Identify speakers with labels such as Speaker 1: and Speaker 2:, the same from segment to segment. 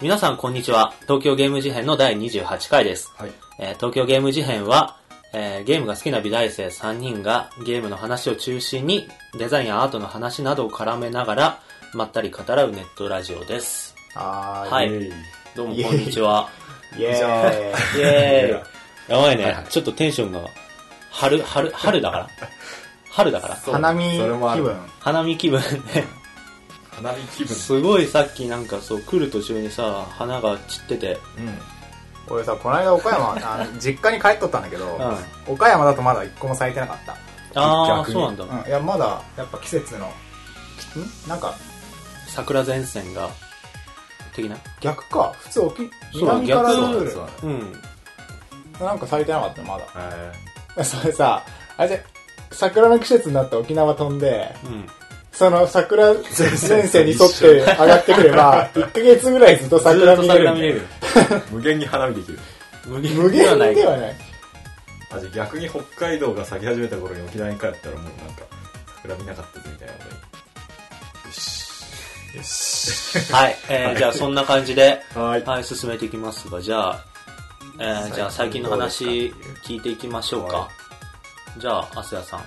Speaker 1: 皆さんこんにちは。東京ゲーム事変の第28回です。
Speaker 2: はい。
Speaker 1: えー東京ゲーム事変は、えーゲームが好きな美大生3人がゲームの話を中心にデザインやアートの話などを絡めながらまったり語らうネットラジオです。
Speaker 2: あー
Speaker 1: はい
Speaker 2: イェイ
Speaker 1: どうもこんにちは。
Speaker 3: イエ ーイ。
Speaker 1: イェーイ。やばいね、
Speaker 2: はいはい
Speaker 1: ちょっとテンションが、春、春、春だから。春だから。
Speaker 2: そう
Speaker 3: 花見気
Speaker 2: それもある
Speaker 3: 分。
Speaker 1: 花見気分ね。
Speaker 2: 花見気分。
Speaker 1: すごいさっきなんかそう来る途中にさ、花が散ってて。
Speaker 2: うん。
Speaker 3: 俺さ、この間岡山、あの 実家に帰っとったんだけど、岡山だとまだ一個も咲いてなかった。
Speaker 1: ああ、
Speaker 2: 逆に
Speaker 1: そうなんだ。
Speaker 3: うん、いや、まだ、やっぱ季節の、んなんか、
Speaker 1: 桜前線が、的な
Speaker 3: 逆か。普通沖、
Speaker 1: そうだ
Speaker 3: 南から
Speaker 1: 逆
Speaker 3: 来る。
Speaker 2: そうだね。
Speaker 1: うん。
Speaker 3: なんか咲いてなかった、ま
Speaker 2: え
Speaker 3: だ。 それさ、あれじゃ、桜の季節になって沖縄飛んで、
Speaker 1: うん。
Speaker 3: その桜前線に沿って上がってくれ ば、1ヶ月ぐらいずっと桜見れるんだよ。
Speaker 1: る。
Speaker 2: ー無限に花見できる。
Speaker 1: 無限
Speaker 3: 無限
Speaker 1: ではない
Speaker 3: ではない。
Speaker 2: あ、じゃあ逆に北海道が咲き始めた頃に沖縄に帰ったらもうなんか、桜見なかったぜみたいなのが
Speaker 1: は
Speaker 2: いい。
Speaker 1: い。えーじゃあそんな感じで、
Speaker 2: はい
Speaker 1: はい、進めていきますが、じゃあ、えーじゃあ最近の話聞いていきましょうか
Speaker 2: は。
Speaker 1: じゃあ、アスヤさん。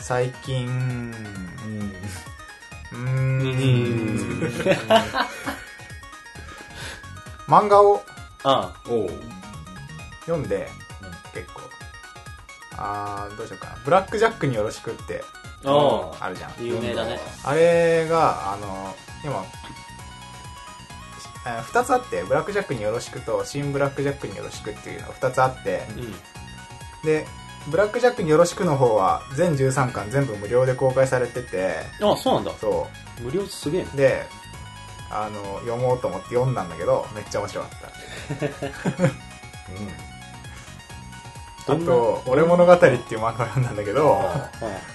Speaker 3: 最近、
Speaker 2: うん。
Speaker 3: う
Speaker 1: う
Speaker 3: ー。
Speaker 1: んん。
Speaker 3: 漫画を
Speaker 1: あ
Speaker 2: おう。
Speaker 3: 読んで、結構。あー、どうしようかな。ブラックジャックによろしくって
Speaker 1: あ、お
Speaker 3: あるじゃん。
Speaker 1: う有名だね。
Speaker 3: あれが、あの、今、えー二つあって、ブラックジャックによろしくと、新ブラックジャックによろしくっていうのが二つあって、
Speaker 1: うん。
Speaker 3: で、ブラックジャックによろしくの方は、全13巻全部無料で公開されてて、
Speaker 1: あ、そうなんだ。
Speaker 3: そ
Speaker 1: 無料すげえね
Speaker 3: う。。で、あの、読もうと思って読んだんだけど、めっちゃ面白かった。
Speaker 2: うん。
Speaker 3: あと、俺物語っていう漫画を読んだんだけど、
Speaker 2: あ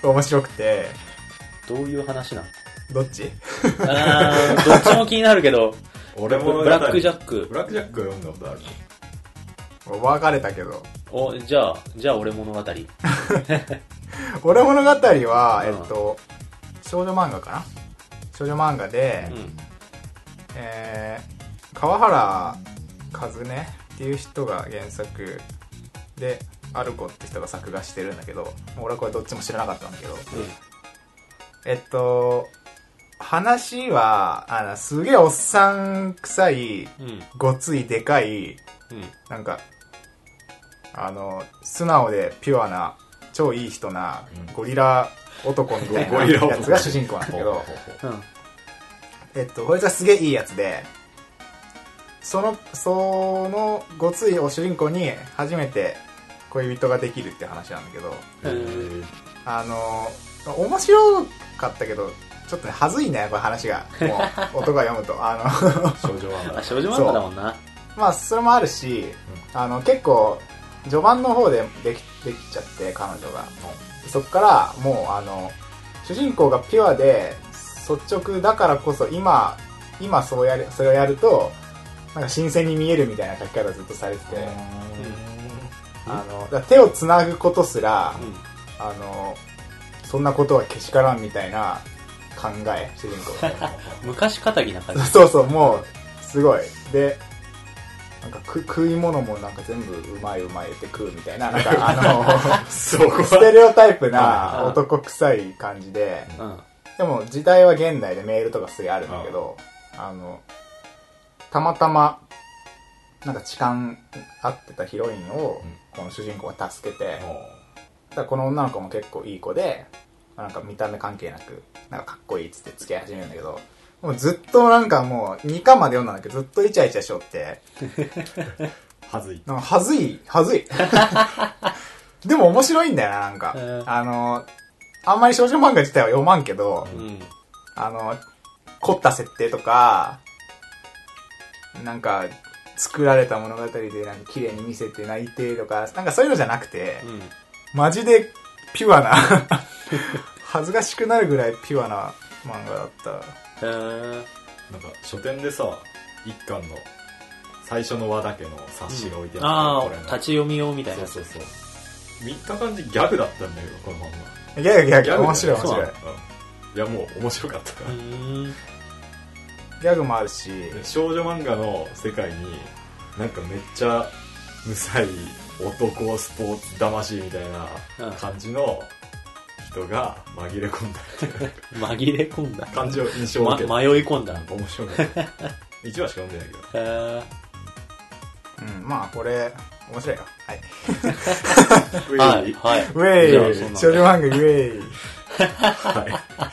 Speaker 3: 面白くて、
Speaker 1: どういう話なの
Speaker 3: どっち
Speaker 1: あー どっちも気になるけど、
Speaker 2: ー俺も
Speaker 1: ブラックジャ
Speaker 2: ッ
Speaker 1: ック
Speaker 2: ブ。ラックジャックは読んだことある
Speaker 3: 別れたけど。
Speaker 1: お、じゃあ、じゃあ俺物語。う
Speaker 3: 俺物語は、
Speaker 1: うん
Speaker 3: えっと、少女漫画かな少女漫画で、
Speaker 1: ん。
Speaker 3: えー、川原和音っていう人が原作で、アルコって人が作画してるんだけど、もう俺はこれどっちも知らなかったんだけど、えっと、話は、あの、すげえおっさん臭い、
Speaker 1: うん。うん。
Speaker 3: ごついでかい、
Speaker 1: うん。
Speaker 3: なんか、あの、素直でピュアな、超いい人な
Speaker 2: うん、
Speaker 3: ゴリラ男みたい
Speaker 2: ゴリラ
Speaker 3: な
Speaker 2: 男
Speaker 3: やつが主人公なんだけど、
Speaker 1: うん。
Speaker 3: えっと、こいつはすげえいいやつで、その、その、ごついを主人公に初めて恋人ができるって話なんだけど、
Speaker 2: へー
Speaker 3: あの、面白かったけど、ちょっとね、はずいね、これ話が。も う、音が読むと。あの、
Speaker 2: 少女漫
Speaker 1: あ、
Speaker 2: 画
Speaker 1: 少女漫画だもんな。
Speaker 3: まあそれもあるし、あの結構序盤の方でできできちゃって彼女が、そっからもうあの主人公がピュアで率直だからこそ今今そうやるそれをやるとなんか新鮮に見えるみたいな書き方ずっとされてて、あのだから手をつなぐことすら、
Speaker 1: うん。
Speaker 3: あのそんなことはけしからんみたいな考え主人公が
Speaker 1: 昔かたぎな感じ。
Speaker 3: そうそうもうすごいでなんかく食い物もなんか全部うまいうまいって食うみたいなな んかあ
Speaker 2: そこ
Speaker 3: のステ
Speaker 2: は
Speaker 3: レオタイプな男臭い感じで
Speaker 1: うん。
Speaker 3: でも時代は現代でメールとかすげえあるんだけどあのたまたまなんか痴漢合ってたヒロインを
Speaker 2: うん
Speaker 3: この主人公が助けて
Speaker 2: も
Speaker 3: だからこの女の子も結構いい子でなんか見た目関係なくなんかかっこいいっつって付き合い始めるんだけどもうずっとなんかもう2巻まで読んだんだけどずっとイチャイチャしよって
Speaker 2: うはずい
Speaker 3: なんかはずいはずいでも面白いんだよななんか、
Speaker 1: へー
Speaker 3: あのあんまり少女漫画自体は読まんけど、
Speaker 1: うん。
Speaker 3: あの凝った設定とかなんか作られた物語でなんか綺麗に見せて泣いてとかなんかそういうのじゃなくて、
Speaker 1: うん。
Speaker 3: マジでピュアな 恥ずかしくなるぐらいピュアな漫画だった
Speaker 1: へー
Speaker 2: なんか書店でさ一巻の最初の和だけの冊子が置いてあ
Speaker 1: あ
Speaker 2: っ
Speaker 1: あ
Speaker 2: て、、
Speaker 1: 立ち読み用みたいなやつ。
Speaker 2: そうそうそう見た感じギャグだったんだけどこの漫画
Speaker 3: ギャグギャ
Speaker 2: ギ
Speaker 3: グ
Speaker 2: ャグ
Speaker 3: 面白い面
Speaker 1: そう
Speaker 3: 白
Speaker 1: ないの
Speaker 2: いやもう面白かった
Speaker 1: うーん。
Speaker 3: ギャグもあるし、
Speaker 2: 少女漫画の世界になんかめっちゃむさい男スポーツ魂みたいな感じの人が紛れ込んだっていう
Speaker 1: 紛れ込んだ。
Speaker 2: 感じを印象を
Speaker 1: ま、
Speaker 2: 受け
Speaker 1: 迷
Speaker 2: た、
Speaker 1: い込んだ。
Speaker 2: 面白 かった1話しか読んでないけど
Speaker 1: へー
Speaker 3: うん、まあこれ面白いよはい
Speaker 2: ウ
Speaker 1: は
Speaker 2: ェ
Speaker 1: い、
Speaker 2: イ
Speaker 1: はい。
Speaker 3: ウェ
Speaker 1: じゃあ
Speaker 3: イ
Speaker 1: そんな
Speaker 3: 少女漫画ウェイ
Speaker 2: はいは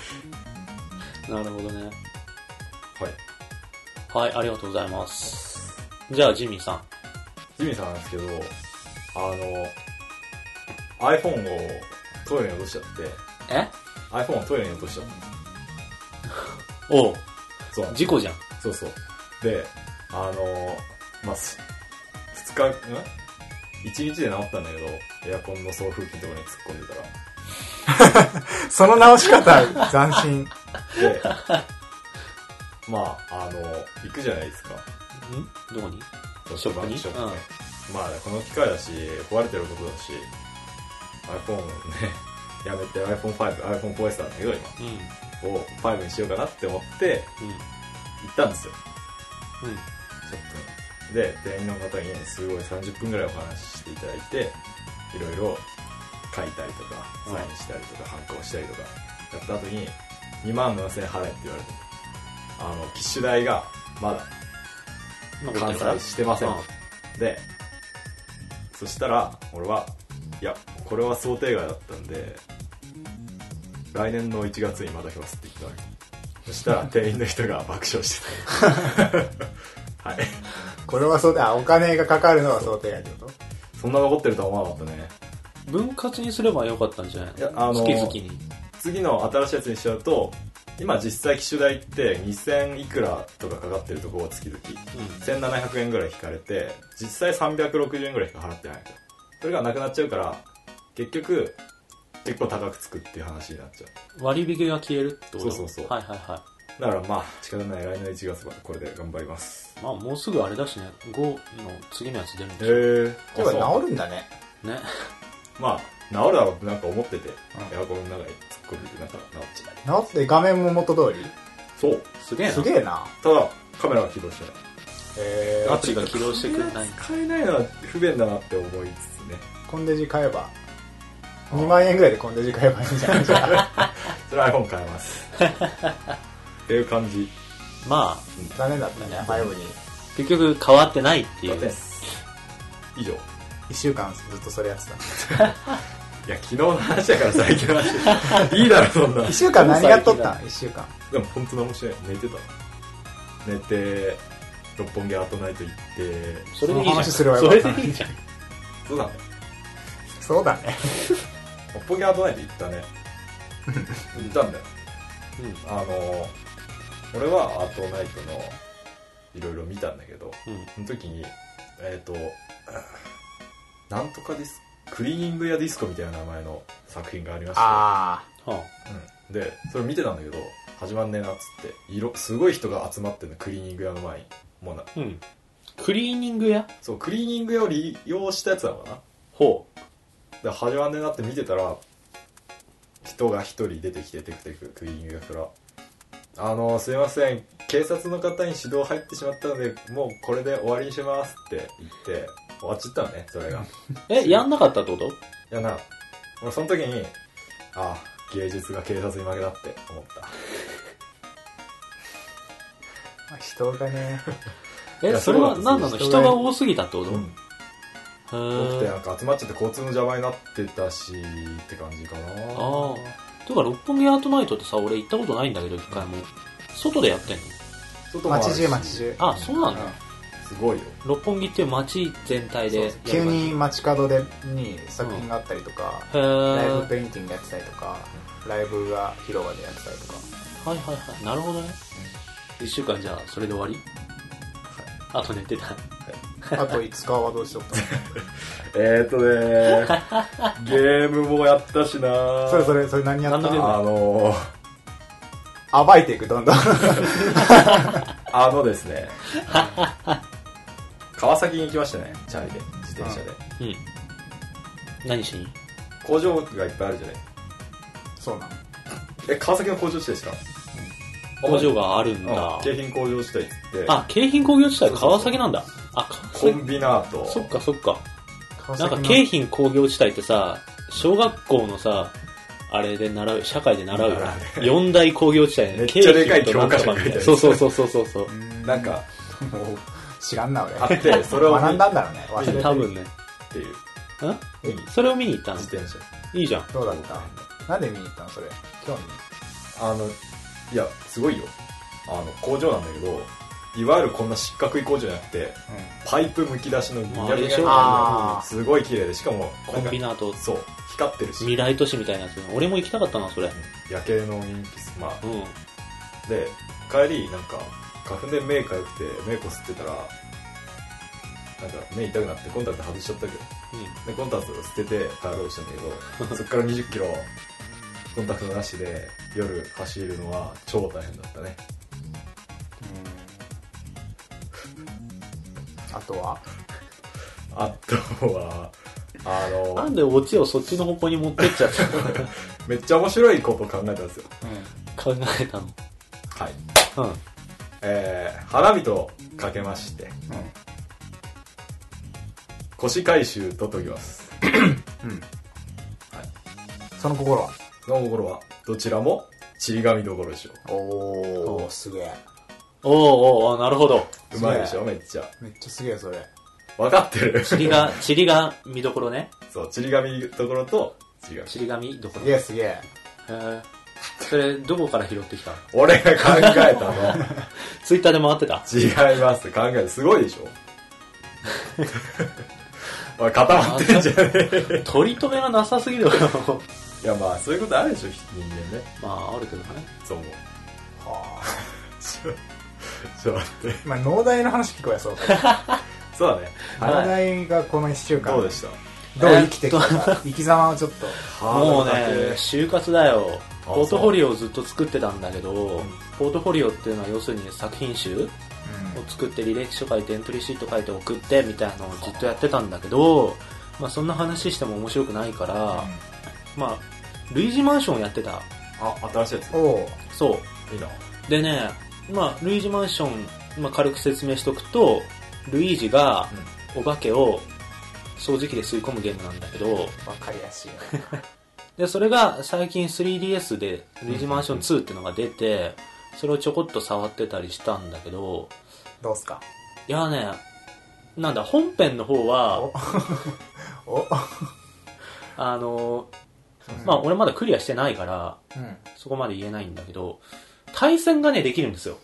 Speaker 1: なるほどね。
Speaker 2: い
Speaker 1: はい、ありがとうございます。じゃあ、ジミーさん。
Speaker 2: ジミーさんなんですけどあの iPhone をトイレに落としちゃって
Speaker 1: え
Speaker 2: iPhone をトイレに落としちゃった
Speaker 1: おう、
Speaker 2: そうなんです
Speaker 1: 事故じゃん。
Speaker 2: そうそう。で、あのまあ、す二日、ん一日で治ったんだけど、エアコンの送風機のところに突っ込んで
Speaker 3: その直し方斬新
Speaker 2: たら。 で、まあ、あの行くじゃないですか。
Speaker 1: んどこに
Speaker 2: ショップ
Speaker 1: シ
Speaker 2: シ
Speaker 1: ョ
Speaker 2: ョ
Speaker 1: ップに
Speaker 2: ップね。まあ、この機会だし、壊れてることだし、iPhone をね、やめて iPhone5、iPhone4S なんだけど、
Speaker 1: うん。うん。
Speaker 2: 今、を5にしようかなって思って、行ったんですよ。
Speaker 1: うん。
Speaker 2: ちょっとで店員の方にすごい30分ぐらいお話ししていただいていろいろ書いたりとか
Speaker 1: うん
Speaker 2: サインしたりとか反抗したりとかやった後に2万7000円払えって言われてあの機種代がまだ
Speaker 1: なんか言
Speaker 2: 完
Speaker 1: ったら
Speaker 2: 済してません
Speaker 1: うん
Speaker 2: でそしたら俺はいやこれは想定外だったんで来年の1月にまた来ますって言ったわけそした ら店員の人が爆笑してた はい
Speaker 3: これはそうだあお金がかかるのは想定外ってこと
Speaker 2: そんな残ってるとは思わなかったね。
Speaker 1: 分割にすればよかったんじゃないの
Speaker 2: いやあの
Speaker 1: 好き好きに。
Speaker 2: 次の新しいやつにしちゃうと、今実際機種代って2000いくらとかかかってるとこは月々。
Speaker 1: う
Speaker 2: 1700円ぐらい引かれて、実際360円ぐらいしか払ってないと。それがなくなっちゃうから、結局、結構高くつくっていう話になっちゃう。
Speaker 1: ん。割引が消えるってこと
Speaker 2: そうそうそう
Speaker 1: はいはいは
Speaker 2: だからまあ、仕方ない来年1月までこれで頑張ります。
Speaker 1: い。まあ、もうすぐあれだしね、5の次のやつ出るんでしょ。
Speaker 2: え
Speaker 3: てか治るんだね
Speaker 1: ね。
Speaker 2: まあ、治るだろうってなんか思ってて、
Speaker 3: ん
Speaker 2: エアコンの中に突っ込んでてなんか治っちゃう。
Speaker 3: 治って画面も元通り
Speaker 2: そう。
Speaker 1: すげえな。
Speaker 3: すげえな
Speaker 2: ただ、カメラが起動してない。
Speaker 3: え
Speaker 1: アプリが起動してくれない。
Speaker 2: 使えないのは不便だなって思いつつね
Speaker 3: コンデジ買えば2万円ぐらいでコンデジ買えばいいんじゃないじゃあ
Speaker 2: それ iPhone 買えます っていう感じ
Speaker 1: まあ、
Speaker 3: 残念だったね5に
Speaker 1: 結局変わってないってい
Speaker 2: だね
Speaker 1: う。
Speaker 2: 以上い
Speaker 3: 1週間ずっとそれやってた
Speaker 2: や昨日の話だから最近の話いいだろそんな
Speaker 3: 1週間何やっとったん1週間
Speaker 2: でも本当何もしない寝てた寝て六本木アートナイト行って
Speaker 1: それでいいじゃん。
Speaker 3: その話すればよ
Speaker 1: そ
Speaker 3: かっ
Speaker 1: れ
Speaker 3: た
Speaker 1: でいいじゃん。
Speaker 2: そうだね
Speaker 3: そうだね
Speaker 2: 六本木アートナイト行ったね行ったんだよ
Speaker 1: うん。
Speaker 2: あの俺はアートナイトのいろいろ見たんだけど
Speaker 1: うん。
Speaker 2: その時にえっ、となんとかディスクリーニングやディスコみたいな名前の作品がありまして
Speaker 3: あ
Speaker 1: は
Speaker 2: うん、でそれ見てたんだけど始まんねえなっつって色すごい人が集まってんのクリーニング屋の前にもうな
Speaker 1: あ。うん。クリーニング屋
Speaker 2: そうクリーニング屋を利用したやつなのか
Speaker 1: ほ
Speaker 2: なで始まんねえなって見てたら人が一人出てきてテクテククリーニング屋から「あのすいません警察の方に指導入ってしまったのでもうこれで終わりにします」って言って終わっちゃったのねそれが
Speaker 1: う。え、やんなかったってこと
Speaker 2: いやな、俺その時に、ああ、芸術が警察に負けたって思った。
Speaker 3: あ人がね
Speaker 2: い
Speaker 1: え、
Speaker 2: や
Speaker 1: それは
Speaker 2: そう
Speaker 1: 何
Speaker 2: なん
Speaker 1: な
Speaker 2: で
Speaker 1: の
Speaker 3: すよ
Speaker 1: 人が多すぎたってこと
Speaker 2: うん。
Speaker 1: へ
Speaker 2: 多くてな
Speaker 1: ー
Speaker 2: んか集まっちゃって交通の邪魔になってたし、って感じかな。
Speaker 1: ああ。てか、六本木アートナイトってさ、俺行ったことないんだけど、一回も。外でやってんの
Speaker 2: 外もあるし
Speaker 3: 街中街中
Speaker 1: あ、そうなんだ。
Speaker 2: すごいよ。
Speaker 1: 六本木っていう街全体でやる感じ。
Speaker 3: 急に街角でに作品があったりとか、
Speaker 1: へえ。
Speaker 3: ライブ
Speaker 1: は
Speaker 3: ペインティングやってたりとか、ライブが広場でやってたりとか
Speaker 1: いはいはい。なるほどね。一週間じゃあ、それで終わりあと寝てた。
Speaker 3: あと5日はどうしようか
Speaker 2: えーとね ゲームもやったしな
Speaker 3: それそれそれ何やっ
Speaker 1: 何のゲー
Speaker 3: た
Speaker 2: あのー、
Speaker 3: 暴いていくどんどん
Speaker 2: あのです ね。川崎に行きましたね、チャリで、自転車で。
Speaker 1: うん。何しに
Speaker 2: 工場がいっぱいあるじゃない。
Speaker 3: そうなの
Speaker 2: え、川崎の工場地でした
Speaker 1: 工場があるんだ。
Speaker 2: 景品工業地帯っつって
Speaker 1: あ、京浜工業地帯川崎なんだ。あ、川
Speaker 2: コ
Speaker 1: 崎。
Speaker 2: ンビナート
Speaker 1: そっかそっか。
Speaker 3: 川
Speaker 1: なん
Speaker 3: 崎
Speaker 1: か
Speaker 3: の
Speaker 1: 京浜工業地帯ってさ、小学校のさ、あれで習う、社会で習うよね。四大工業地帯
Speaker 2: めっちゃでかい教科書に書いてある
Speaker 1: そうそうそうそうそうそう。
Speaker 3: うん
Speaker 2: なんか
Speaker 3: もう知ら んな俺
Speaker 2: あってそれを見
Speaker 3: 学んだんだろうね忘れてる
Speaker 1: 多分ね。
Speaker 2: っていうん自
Speaker 1: それを見に行ったの
Speaker 2: 転車
Speaker 1: いいじゃん。
Speaker 3: どうだったなんで見に行ったのそれ興味
Speaker 2: あのいやすごいよあの工場なんだけどいわゆるこんな四角い工場じゃなくてパイプむき出しのギャギャギャギャ
Speaker 3: あー
Speaker 2: すごい綺麗でしかも
Speaker 1: コンビ
Speaker 2: ナ
Speaker 1: ナート、
Speaker 2: そう光ってるし
Speaker 1: 未来都市みたいなやつ。俺も行きたかったな、それ。う
Speaker 2: 夜景の人気まあ
Speaker 1: ん。
Speaker 2: で帰りなんか花粉で目かゆくて目こすってたらなんか目痛くなってコンタクト外しちゃったけどでコンタクトを捨てて体をしたんだけどそっから2 0キロコンタクトなしで夜走るのは超大変だったね
Speaker 3: あとは
Speaker 2: あとはあ
Speaker 1: うん。な
Speaker 2: の
Speaker 1: んでオチをそっちの方向に持ってっちゃったの
Speaker 2: めっちゃ面白いこと考えたんですよ
Speaker 1: 考えたの。
Speaker 2: はい
Speaker 1: うん。
Speaker 2: えー、花火とかけまして
Speaker 3: う
Speaker 2: 腰回収と解きます
Speaker 3: んうん
Speaker 2: はい
Speaker 3: その心は
Speaker 2: その心はどちらもちり紙どころでしょ
Speaker 3: おおすげえ
Speaker 1: おうおうおうなるほど。
Speaker 2: ううまいでしょめっちゃ
Speaker 3: めっちゃすげえそれ
Speaker 2: 分かってる
Speaker 1: チリが、チリが見どころね。
Speaker 2: そう、ちり紙ところと、ちり紙。
Speaker 1: チリが見どこ
Speaker 3: す
Speaker 1: ろ。
Speaker 3: げ
Speaker 1: へ
Speaker 3: えすげえ
Speaker 1: え。それ、どこから拾ってきたの
Speaker 2: 俺が考えたの。
Speaker 1: ツイッターで回ってた。
Speaker 2: 違います。考えた。すごいでし ょおい、固まってんじゃねえ。
Speaker 1: 取り留めがなさすぎるよ。
Speaker 2: いや、まあ、そういうことあるでしょ、人間ね。
Speaker 1: まあ、あるけどね。
Speaker 2: そう思う。
Speaker 3: は あ
Speaker 2: ちょ、ちょっと待って。
Speaker 3: 今農大の話聞こえそう
Speaker 2: そうだね。
Speaker 3: 農
Speaker 1: はい
Speaker 3: 大がこの1週間
Speaker 2: どうでした
Speaker 3: どう生きてきたか生き様をちょっと
Speaker 1: もうね、就活だよ。
Speaker 2: あ
Speaker 1: ポートフォリオをずっと作ってたんだけど
Speaker 2: ん、
Speaker 1: ポートフォリオっていうのは要するに作品集を作って履歴書書いてエントリーシート書いて送ってみたいなのをずっとやってたんだけど、まあそんな話しても面白くないから、まあ、類似マンションをやってた。
Speaker 2: あ、新しいや
Speaker 3: うんおう
Speaker 1: そう。
Speaker 2: つ。いいな。
Speaker 1: でね、まあ、ルイージマンション、まあ、軽く説明しとくと、ルイージがお化けを掃除機で吸い込むゲームなんだけど、
Speaker 3: わかりやすい
Speaker 1: で、それが最近 3DS でルイージマンション2っていうのが出て、それをちょこっと触ってたりしたんだけど、
Speaker 3: どうすか
Speaker 1: いやね、なんだ、本編の方は
Speaker 3: お、お
Speaker 1: あの、まあ、俺まだクリアしてないから、
Speaker 3: うん
Speaker 1: そこまで言えないんだけど、対戦がね、できるんですよ。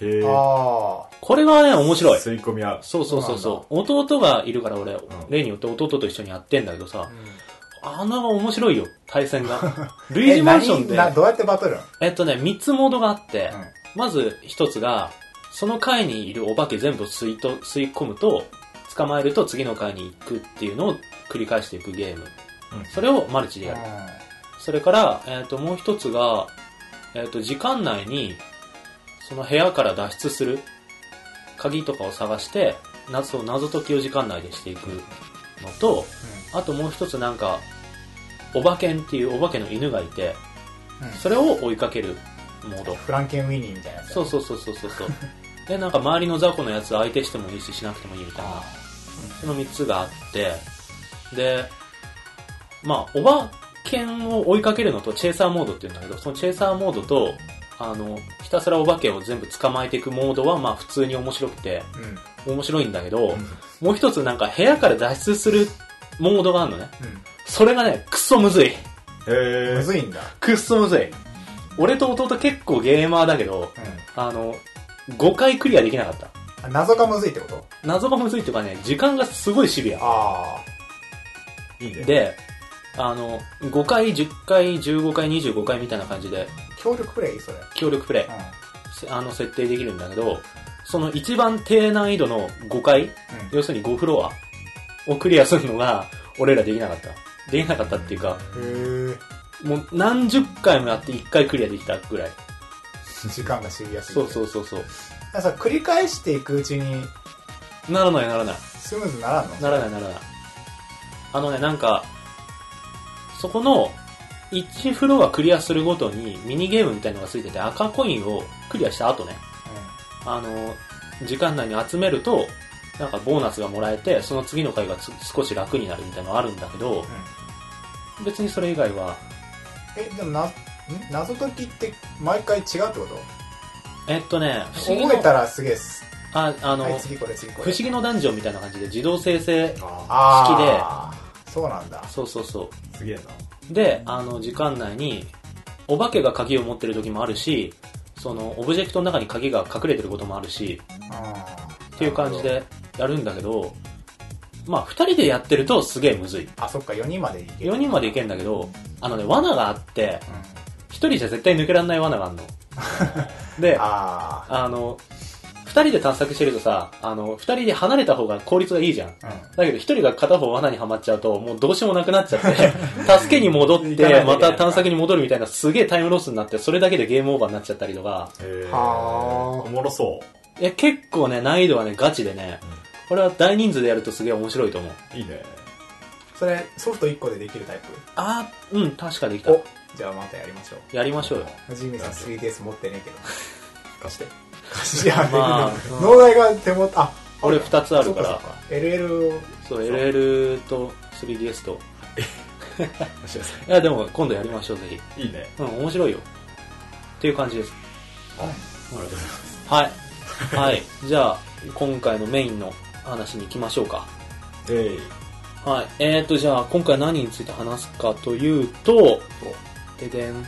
Speaker 2: へえ。
Speaker 3: あ
Speaker 1: これがね、面白い。
Speaker 2: 吸い込み合う。
Speaker 1: そうそうそうそう弟がいるから俺、例によって弟と一緒にやってんだけど
Speaker 3: あ
Speaker 1: さ、
Speaker 3: うん
Speaker 1: あのが面白いよ、対戦 が。ルイージマンション
Speaker 3: え何な
Speaker 1: で、
Speaker 3: どうやってバトルなの
Speaker 1: えっとね、3つモードがあって、
Speaker 3: うん
Speaker 1: まず1つが、その階にいるお化け全部吸いと吸い込むと、捕まえると次の階に行くっていうのを繰り返していくゲーム。
Speaker 2: うん
Speaker 1: それをマルチでやる。それから、えっ、と、もう一つが、えっ、と、時間内に、その部屋から脱出する、鍵とかを探して、謎を謎解きを時間内でしていくのと、あともう一つなんか、お化けんっていうお化けの犬がいて、
Speaker 3: うん
Speaker 1: それを追いかけるモード。
Speaker 3: フランケンウィニーみたいなやつ
Speaker 1: そうそうそうそうそう そう。で、なんか周りの雑魚のやつ相手してもいいし、しなくてもいいみたいな。その3つがあって、で、まあ、おばけんを追いかけるのとチェイサーモードっていうんだけど、そのチェイサーモードと、あの、ひたすらお化けを全部捕まえていくモードは、まあ普通に面白くて、
Speaker 3: うんうん
Speaker 1: 面白いんだけど、もう一つなんか部屋から脱出するモードがあるのね。それがね、クソむずい。
Speaker 2: へ
Speaker 3: む
Speaker 2: え。
Speaker 3: ずいんだ
Speaker 1: クッソむずい。俺と弟結構ゲーマーだけど、
Speaker 3: うん
Speaker 1: あの、5回クリアできなかった。
Speaker 3: あ謎がむずいってこと
Speaker 1: 謎がむずいっていうかね、時間がすごいシビア。
Speaker 3: あ
Speaker 2: いいね。
Speaker 1: で、あの、5回、10回、15回、25回みたいな感じで、
Speaker 3: あ協力プレイそれ
Speaker 1: 協力プレイ
Speaker 3: う、ん
Speaker 1: せあの、設定できるんだけど、その一番低難易度の5回、要するに5フロアをクリアするのが、俺らできなかった。できなかったっていうか、
Speaker 3: うんへえ
Speaker 1: もう何十回もやって1回クリアできたぐらい。
Speaker 3: 時間が知りやすい
Speaker 1: そうそううそうそう。
Speaker 3: さ繰り返していくうちに
Speaker 1: ならないならない。
Speaker 3: スムーズならんの
Speaker 1: ならないならない。あのね、なんか、そこの、 1フロアクリアするごとにミニゲームみたいのがついてて赤コインをクリアした後ね、あの、時間内に集めると、なんかボーナスがもらえて、その次の回がつ少し楽になるみたいなのあるんだけど、別にそれ以外は、
Speaker 3: えでもなん謎解きって毎回違うってこと
Speaker 1: えっとね、不思議の
Speaker 3: 覚えたらすげえっす
Speaker 1: ああの、
Speaker 3: はい次これ次こ
Speaker 1: 不
Speaker 3: れ
Speaker 1: 思議のダンジョンみたいな感じで自動生成、
Speaker 2: あ
Speaker 3: あーそうなんだ
Speaker 1: そうそうそ
Speaker 2: あすげえな
Speaker 1: う。で、あの、時間内に、お化けが鍵を持ってる時もあるし、その、オブジェクトの中に鍵が隠れてることもあるし、
Speaker 3: あー
Speaker 1: っていう感じでやるんだけど、まあ、二人でやってるとすげえむずい。
Speaker 3: あそっか4人までいける
Speaker 1: 4人までいけんだけど、あのね、罠があって、一人じゃ絶対抜けられない罠 があるの。で、あ
Speaker 3: あ
Speaker 1: の、二人で探索してるとさ、あの、二人で離れた方が効率がいいじゃん。
Speaker 3: あうん
Speaker 1: だけど一人が片方罠にはまっちゃうと、もうどうしようもなくなっちゃっ て、助けに戻っ
Speaker 3: 行かなきゃ
Speaker 1: て、
Speaker 3: いけない
Speaker 1: また探索に戻るみたいなすげえタイムロスになって、それだけでゲームオーバーになっちゃったりとか、
Speaker 2: へえ
Speaker 3: はー
Speaker 2: おもろそう
Speaker 1: いや結構ね、難易度はね、ガチでね、これは大人数でやるとすげえ面白いと思う。
Speaker 2: いいね
Speaker 3: それソフト1個でできるタイプ
Speaker 1: あー、うん、確かできた。
Speaker 3: おじゃあまたやりましょう
Speaker 1: やりましょうよ。
Speaker 3: 藤井さん 3DS 持ってねえけど
Speaker 2: 貸して
Speaker 3: 貸してあげる
Speaker 1: まあ
Speaker 3: 農大が手元あ
Speaker 1: 俺二つあるから
Speaker 3: そっそっ LL を
Speaker 1: そう、LL と 3DS と。
Speaker 2: 貸してくださ
Speaker 1: いや、でも今度やりましょう、ぜひ。
Speaker 2: いいいね
Speaker 1: うん、面白いよ。っていう感じです。
Speaker 2: ありがとうございます
Speaker 1: はい。はい。じゃあ、今回のメインの話に行きましょうか。
Speaker 2: えい
Speaker 1: はい。えーと、じゃあ、今回何について話すかというと、ででん。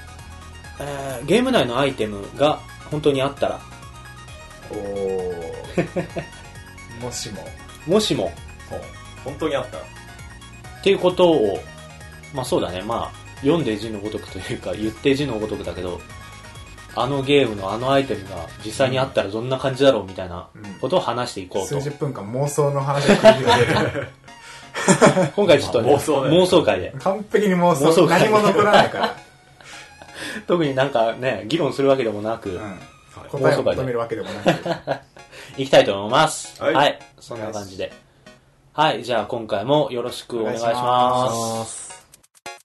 Speaker 1: えーゲーム内のアイテムが本当にあったら、
Speaker 3: おーもしも
Speaker 1: もしも、
Speaker 2: そう本当にあった
Speaker 1: っていうことを、まあそうだね、まあ、読んで字のごとくというか、言って字のごとくだけど、あのゲームのあのアイテムが実際にあったらどんな感じだろうみたいなことを話していこうと。
Speaker 3: 数十分間妄想の話を繰り広げる
Speaker 1: 今回ちょっと、ね、
Speaker 2: 妄想だよね
Speaker 1: 会で。
Speaker 3: 完璧に妄想
Speaker 1: 妄想会
Speaker 3: 何も残らないから、
Speaker 1: 特になんかね、議論するわけでもなく、
Speaker 3: うん
Speaker 2: はい
Speaker 3: 答えを求めるわけでもなく
Speaker 1: いきたいと思います。は。
Speaker 2: はいい
Speaker 1: そんな感じで。はい、じゃあ今回もよろしくお願いします。
Speaker 3: お願いし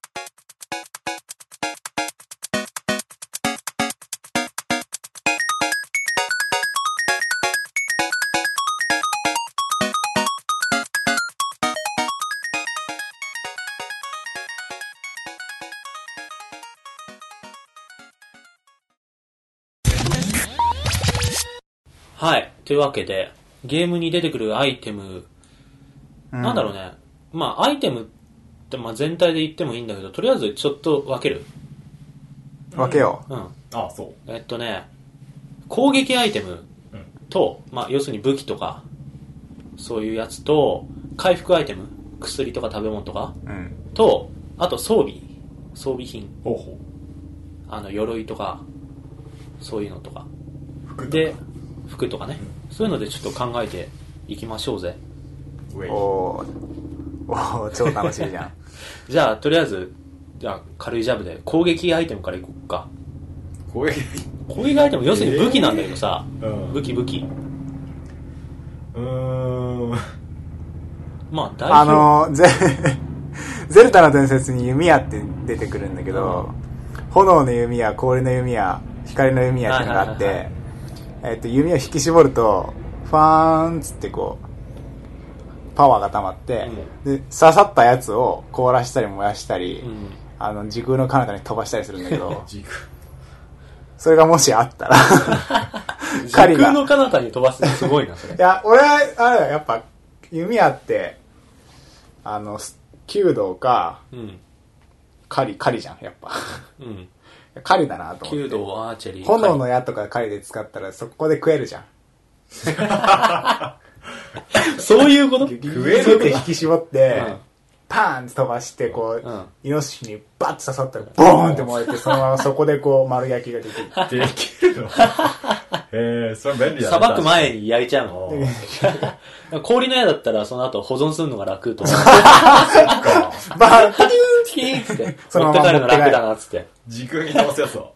Speaker 1: はい、というわけで、ゲームに出てくるアイテム、なんだろうね。まあ、アイテムって、まあ、全体で言ってもいいんだけど、とりあえずちょっと分ける。
Speaker 3: 分けよ
Speaker 1: うん。
Speaker 2: あそう
Speaker 1: えっとね、攻撃アイテム
Speaker 2: うん
Speaker 1: と、まあ、要するに武器とか、そういうやつと、回復アイテム、薬とか食べ物とか、
Speaker 3: う、うん、
Speaker 1: と、あと装備、装備品、
Speaker 2: ほうほ
Speaker 1: あの、鎧とか、そういうのとか。
Speaker 2: う服とか
Speaker 1: で、服とかね。そういうのでちょっと考えていきましょうぜ。
Speaker 2: ウェイ
Speaker 3: おーおー超楽しいじゃん
Speaker 1: じゃあ、とりあえず、じゃあ、軽いジャブで攻撃アイテムからいこうか。
Speaker 2: 攻撃
Speaker 1: 攻撃アイテム、要するに武器なんだけどさ、
Speaker 2: うん
Speaker 1: 武器武器。
Speaker 2: う ーん
Speaker 1: まあ、代表、
Speaker 3: あのゼ ゼルタの伝説に弓矢って出てくるんだけど、炎の弓矢氷の弓矢光の弓矢っていうのがあって、
Speaker 1: はいはい
Speaker 3: えっと弓を引き絞るとファーンっつってこうパワーが溜まって、で刺さったやつを凍らしたり燃やしたり、
Speaker 1: うん。
Speaker 3: あの時空の彼方に飛ばしたりするんだけど
Speaker 2: ジーク
Speaker 3: それがもしあったら
Speaker 1: 時
Speaker 3: 狩りが
Speaker 1: 空の彼方に飛ばすのすごいな、それ
Speaker 3: い。や、俺は、あれだよやっぱ、弓矢って、あの、す弓道か、
Speaker 1: うん。
Speaker 3: 狩り、狩りじゃん、やっぱ。
Speaker 1: うん。
Speaker 3: 狩りだなと思って。
Speaker 1: 弓道、アーチェリー。
Speaker 3: 炎の矢とか狩りで使ったら、そこで食えるじゃん。
Speaker 1: そういうこと
Speaker 3: ギュギュ
Speaker 2: 食える
Speaker 3: ギュって引き絞って
Speaker 1: うん、
Speaker 3: パーンって飛ばして、こう
Speaker 1: うん、
Speaker 3: イノシシにバッて刺さったら、ボーンって燃えて、そのままそこでこう、丸焼きができる。
Speaker 2: でき るのへえそれ便利だ
Speaker 1: さばく前
Speaker 2: に
Speaker 1: に焼いちゃうの。氷の矢だったら、その後保存するのが楽と。
Speaker 3: バーンって
Speaker 1: キーンっつって。
Speaker 3: そ
Speaker 1: 持
Speaker 3: の
Speaker 1: って
Speaker 3: ま
Speaker 1: 帰
Speaker 3: ま
Speaker 1: るの楽だな、つって。
Speaker 2: 時空に飛ばすやつを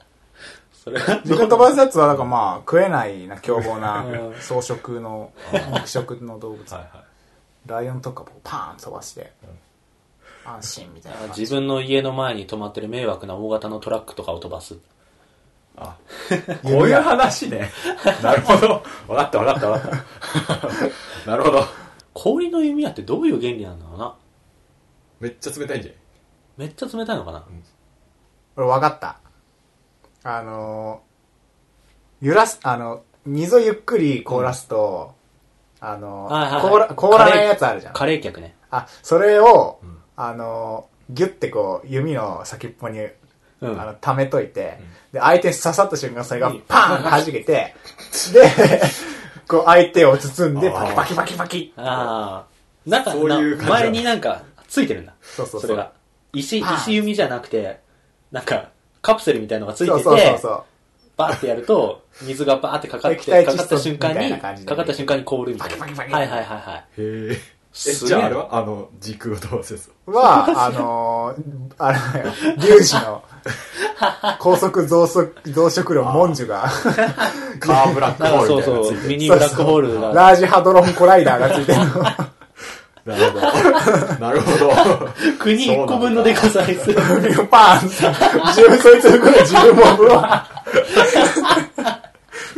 Speaker 1: それが
Speaker 3: 自分飛ばすやつは、なんかまあ、食えないな、凶暴な、草食の、肉食の動物
Speaker 2: はいは
Speaker 3: ライオンとかをパーン飛ばして、安心みたいな
Speaker 1: あ
Speaker 3: 感じ
Speaker 1: 自分の家の前に止まってる迷惑な大型のトラックとかを飛ばす。
Speaker 2: あ、こういう話ね。なるほど。わかったわかったわかった。 なるほど。
Speaker 1: 氷の弓矢ってどういう原理なんだろうな。
Speaker 2: めっちゃ冷たいんじゃない
Speaker 1: めっちゃ冷たいのかな。
Speaker 3: 俺分かったあのー揺らすあの溝ゆっくり凍らすと、あのー
Speaker 1: はいはいはい
Speaker 3: 凍ら凍らないやつあるじゃん
Speaker 1: カレー客ね。
Speaker 3: あそれを、
Speaker 2: ん
Speaker 3: あのーギュッてこう弓の先っぽに、
Speaker 1: うん
Speaker 3: あの溜めといて、で相手に刺さった瞬間それがパーン弾けて、でこう相手を包んでパキパキパキパキ
Speaker 1: ああ。なんか、
Speaker 2: そういう感じ
Speaker 1: な前になんか、ついてるんだ。
Speaker 3: そうそうそう
Speaker 1: れが。石、
Speaker 3: パーン
Speaker 1: 石弓じゃなくて、なんか、カプセルみたいのがついて
Speaker 3: そう
Speaker 1: て、
Speaker 3: そうそうそう
Speaker 1: バーってやると、水がバーってかかっ
Speaker 3: 液
Speaker 1: て、
Speaker 3: 体
Speaker 1: か
Speaker 3: 窒
Speaker 1: かっ
Speaker 3: 素
Speaker 1: た瞬間
Speaker 3: みたい
Speaker 1: に、
Speaker 3: な感じで
Speaker 1: かかった瞬間に凍るみたいな。
Speaker 3: パキパキパキ
Speaker 1: はいはいはいはい。
Speaker 2: へえ。え、
Speaker 1: すげえ
Speaker 2: じゃああれはあの、時空を飛ばせそう。
Speaker 3: は、あのー、あれだよ、粒子の高速増殖、増殖量モンジュが、
Speaker 2: カーブラック
Speaker 1: なん
Speaker 2: ホ
Speaker 1: か
Speaker 2: ール
Speaker 1: そう
Speaker 2: みたいなの
Speaker 1: そ
Speaker 2: つ
Speaker 1: う
Speaker 2: い、て
Speaker 1: ミ
Speaker 2: る。
Speaker 1: ニブラックホールが。
Speaker 3: ラージハドロンコライダーがついてるの。
Speaker 2: なるほど。なるほど。
Speaker 1: 国1個分のデカさにする。
Speaker 3: 海をパーンさ、自分、そいつのぐらい自分も、うわうわ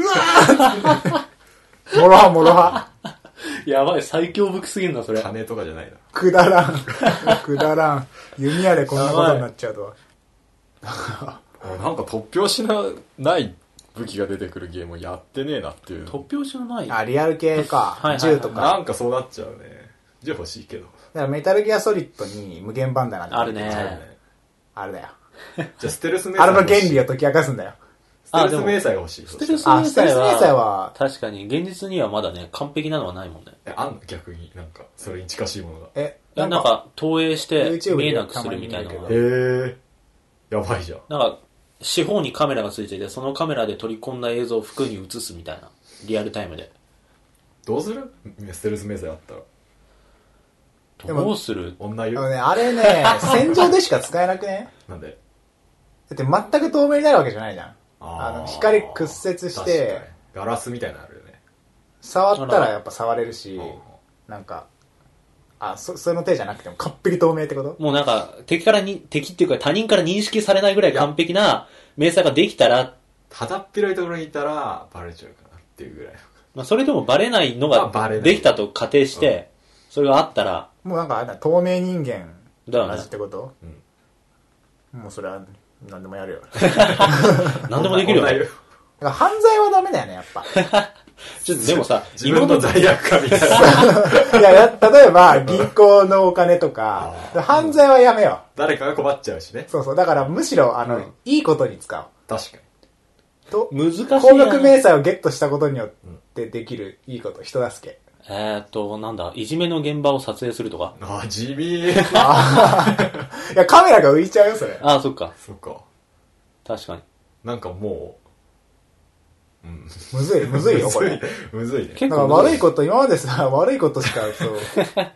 Speaker 3: ーもろはもろは。
Speaker 1: やばい、最強武器すぎるな、それ。
Speaker 2: 金とかじゃないな。
Speaker 3: くだらん。くだらん。弓矢でこんなことになっちゃうとは。
Speaker 2: あなんか突拍子なない武器が出てくるゲームをやってねえなっていう
Speaker 1: 突拍子のない。
Speaker 3: あ、リアル系
Speaker 1: はいはいは
Speaker 3: か。
Speaker 1: い
Speaker 3: 銃とか。
Speaker 2: なんかそうなっちゃうね銃欲しいけど
Speaker 3: だからメタルギアソリッドに無限バンダなんて
Speaker 1: あるね
Speaker 2: そうね
Speaker 3: あれだよ。
Speaker 2: じゃあステルス迷
Speaker 3: あ
Speaker 2: 彩
Speaker 3: れ
Speaker 2: が
Speaker 3: の
Speaker 2: 欲し
Speaker 3: 原
Speaker 2: い
Speaker 3: 理を解き明かすんだよ。
Speaker 1: あ
Speaker 2: ステルス迷彩が欲しい
Speaker 1: ス
Speaker 2: そ
Speaker 1: テ
Speaker 2: し
Speaker 1: ル
Speaker 2: たら
Speaker 1: ス迷
Speaker 3: あステルス迷
Speaker 1: 彩
Speaker 3: 彩
Speaker 1: は
Speaker 3: は、
Speaker 1: 確かに現実にはまだね、完璧なのはないもんね。
Speaker 2: えあんの逆になんかそれに近しいものが
Speaker 3: え、
Speaker 1: いや、なんか、投影して
Speaker 3: YouTube で
Speaker 1: 見えなくするみたいなのが
Speaker 3: たまに見るけど
Speaker 2: へえやばいじゃん
Speaker 1: なんか、四方にカメラがついてて、そのカメラで取り込んだ映像を服に映すみたいな。リアルタイムで。
Speaker 2: どうするステルス迷彩あったら
Speaker 3: でも
Speaker 1: どうする
Speaker 2: 女
Speaker 3: あ
Speaker 2: 湯
Speaker 3: のね、あれ ね、戦場でしか使えなくね
Speaker 2: なんで
Speaker 3: だって全く透明になるわけじゃないじゃん。あ
Speaker 2: ー
Speaker 3: の、光屈折し
Speaker 2: 確
Speaker 3: て
Speaker 2: かに、ガラスみたいなのあるよね
Speaker 3: 触ったらやっぱ触れるし
Speaker 2: うん、
Speaker 3: なんか、あ、そ、その手じゃなくても、かっぴり透明ってこと
Speaker 1: もうなんか、敵からに、敵っていうか他人から認識されないぐらい完璧な明細ができたら、
Speaker 2: ただっぴらいところにいたらバレちゃうかなっていうぐらい
Speaker 1: まあ、それでもバレないの
Speaker 2: まあ
Speaker 1: が
Speaker 2: バレない
Speaker 1: できたと仮定して、それがあった ら、
Speaker 3: もうなんかあれだ、透明人間
Speaker 1: だよね
Speaker 3: 同じってこともうそれは、何でもやるよ。 だか
Speaker 1: 何でもできるよ
Speaker 2: 女
Speaker 1: ね
Speaker 2: 湯。
Speaker 3: ら犯罪はダメだよね、やっぱ。
Speaker 1: ちょっとでもさ、
Speaker 2: 自分の罪悪感みたいな
Speaker 3: いや、や例えば、銀行のお金とか、犯罪はやめよ
Speaker 2: 誰かが困っちゃうしね
Speaker 3: う。そうそう。だからむしろ、あの、
Speaker 1: うん
Speaker 3: いいことに使おう。
Speaker 2: 確かに
Speaker 3: と、
Speaker 1: 難しいな
Speaker 3: 高額明細をゲットしたことによってできるいいこと、人助け。
Speaker 1: えーっと、なんだ、いじめの現場を撮影するとか。
Speaker 2: あ地味
Speaker 3: いや、カメラが浮いちゃうよ、それ。
Speaker 1: ああ、そっか。
Speaker 2: そっか
Speaker 1: 確かに。
Speaker 2: なんかも
Speaker 3: むずい、む
Speaker 2: う
Speaker 3: ずいよ、これ。
Speaker 2: むずいね
Speaker 1: 結
Speaker 3: だから
Speaker 1: 構
Speaker 3: 悪いこと、今までさ、 悪いことしか、そう、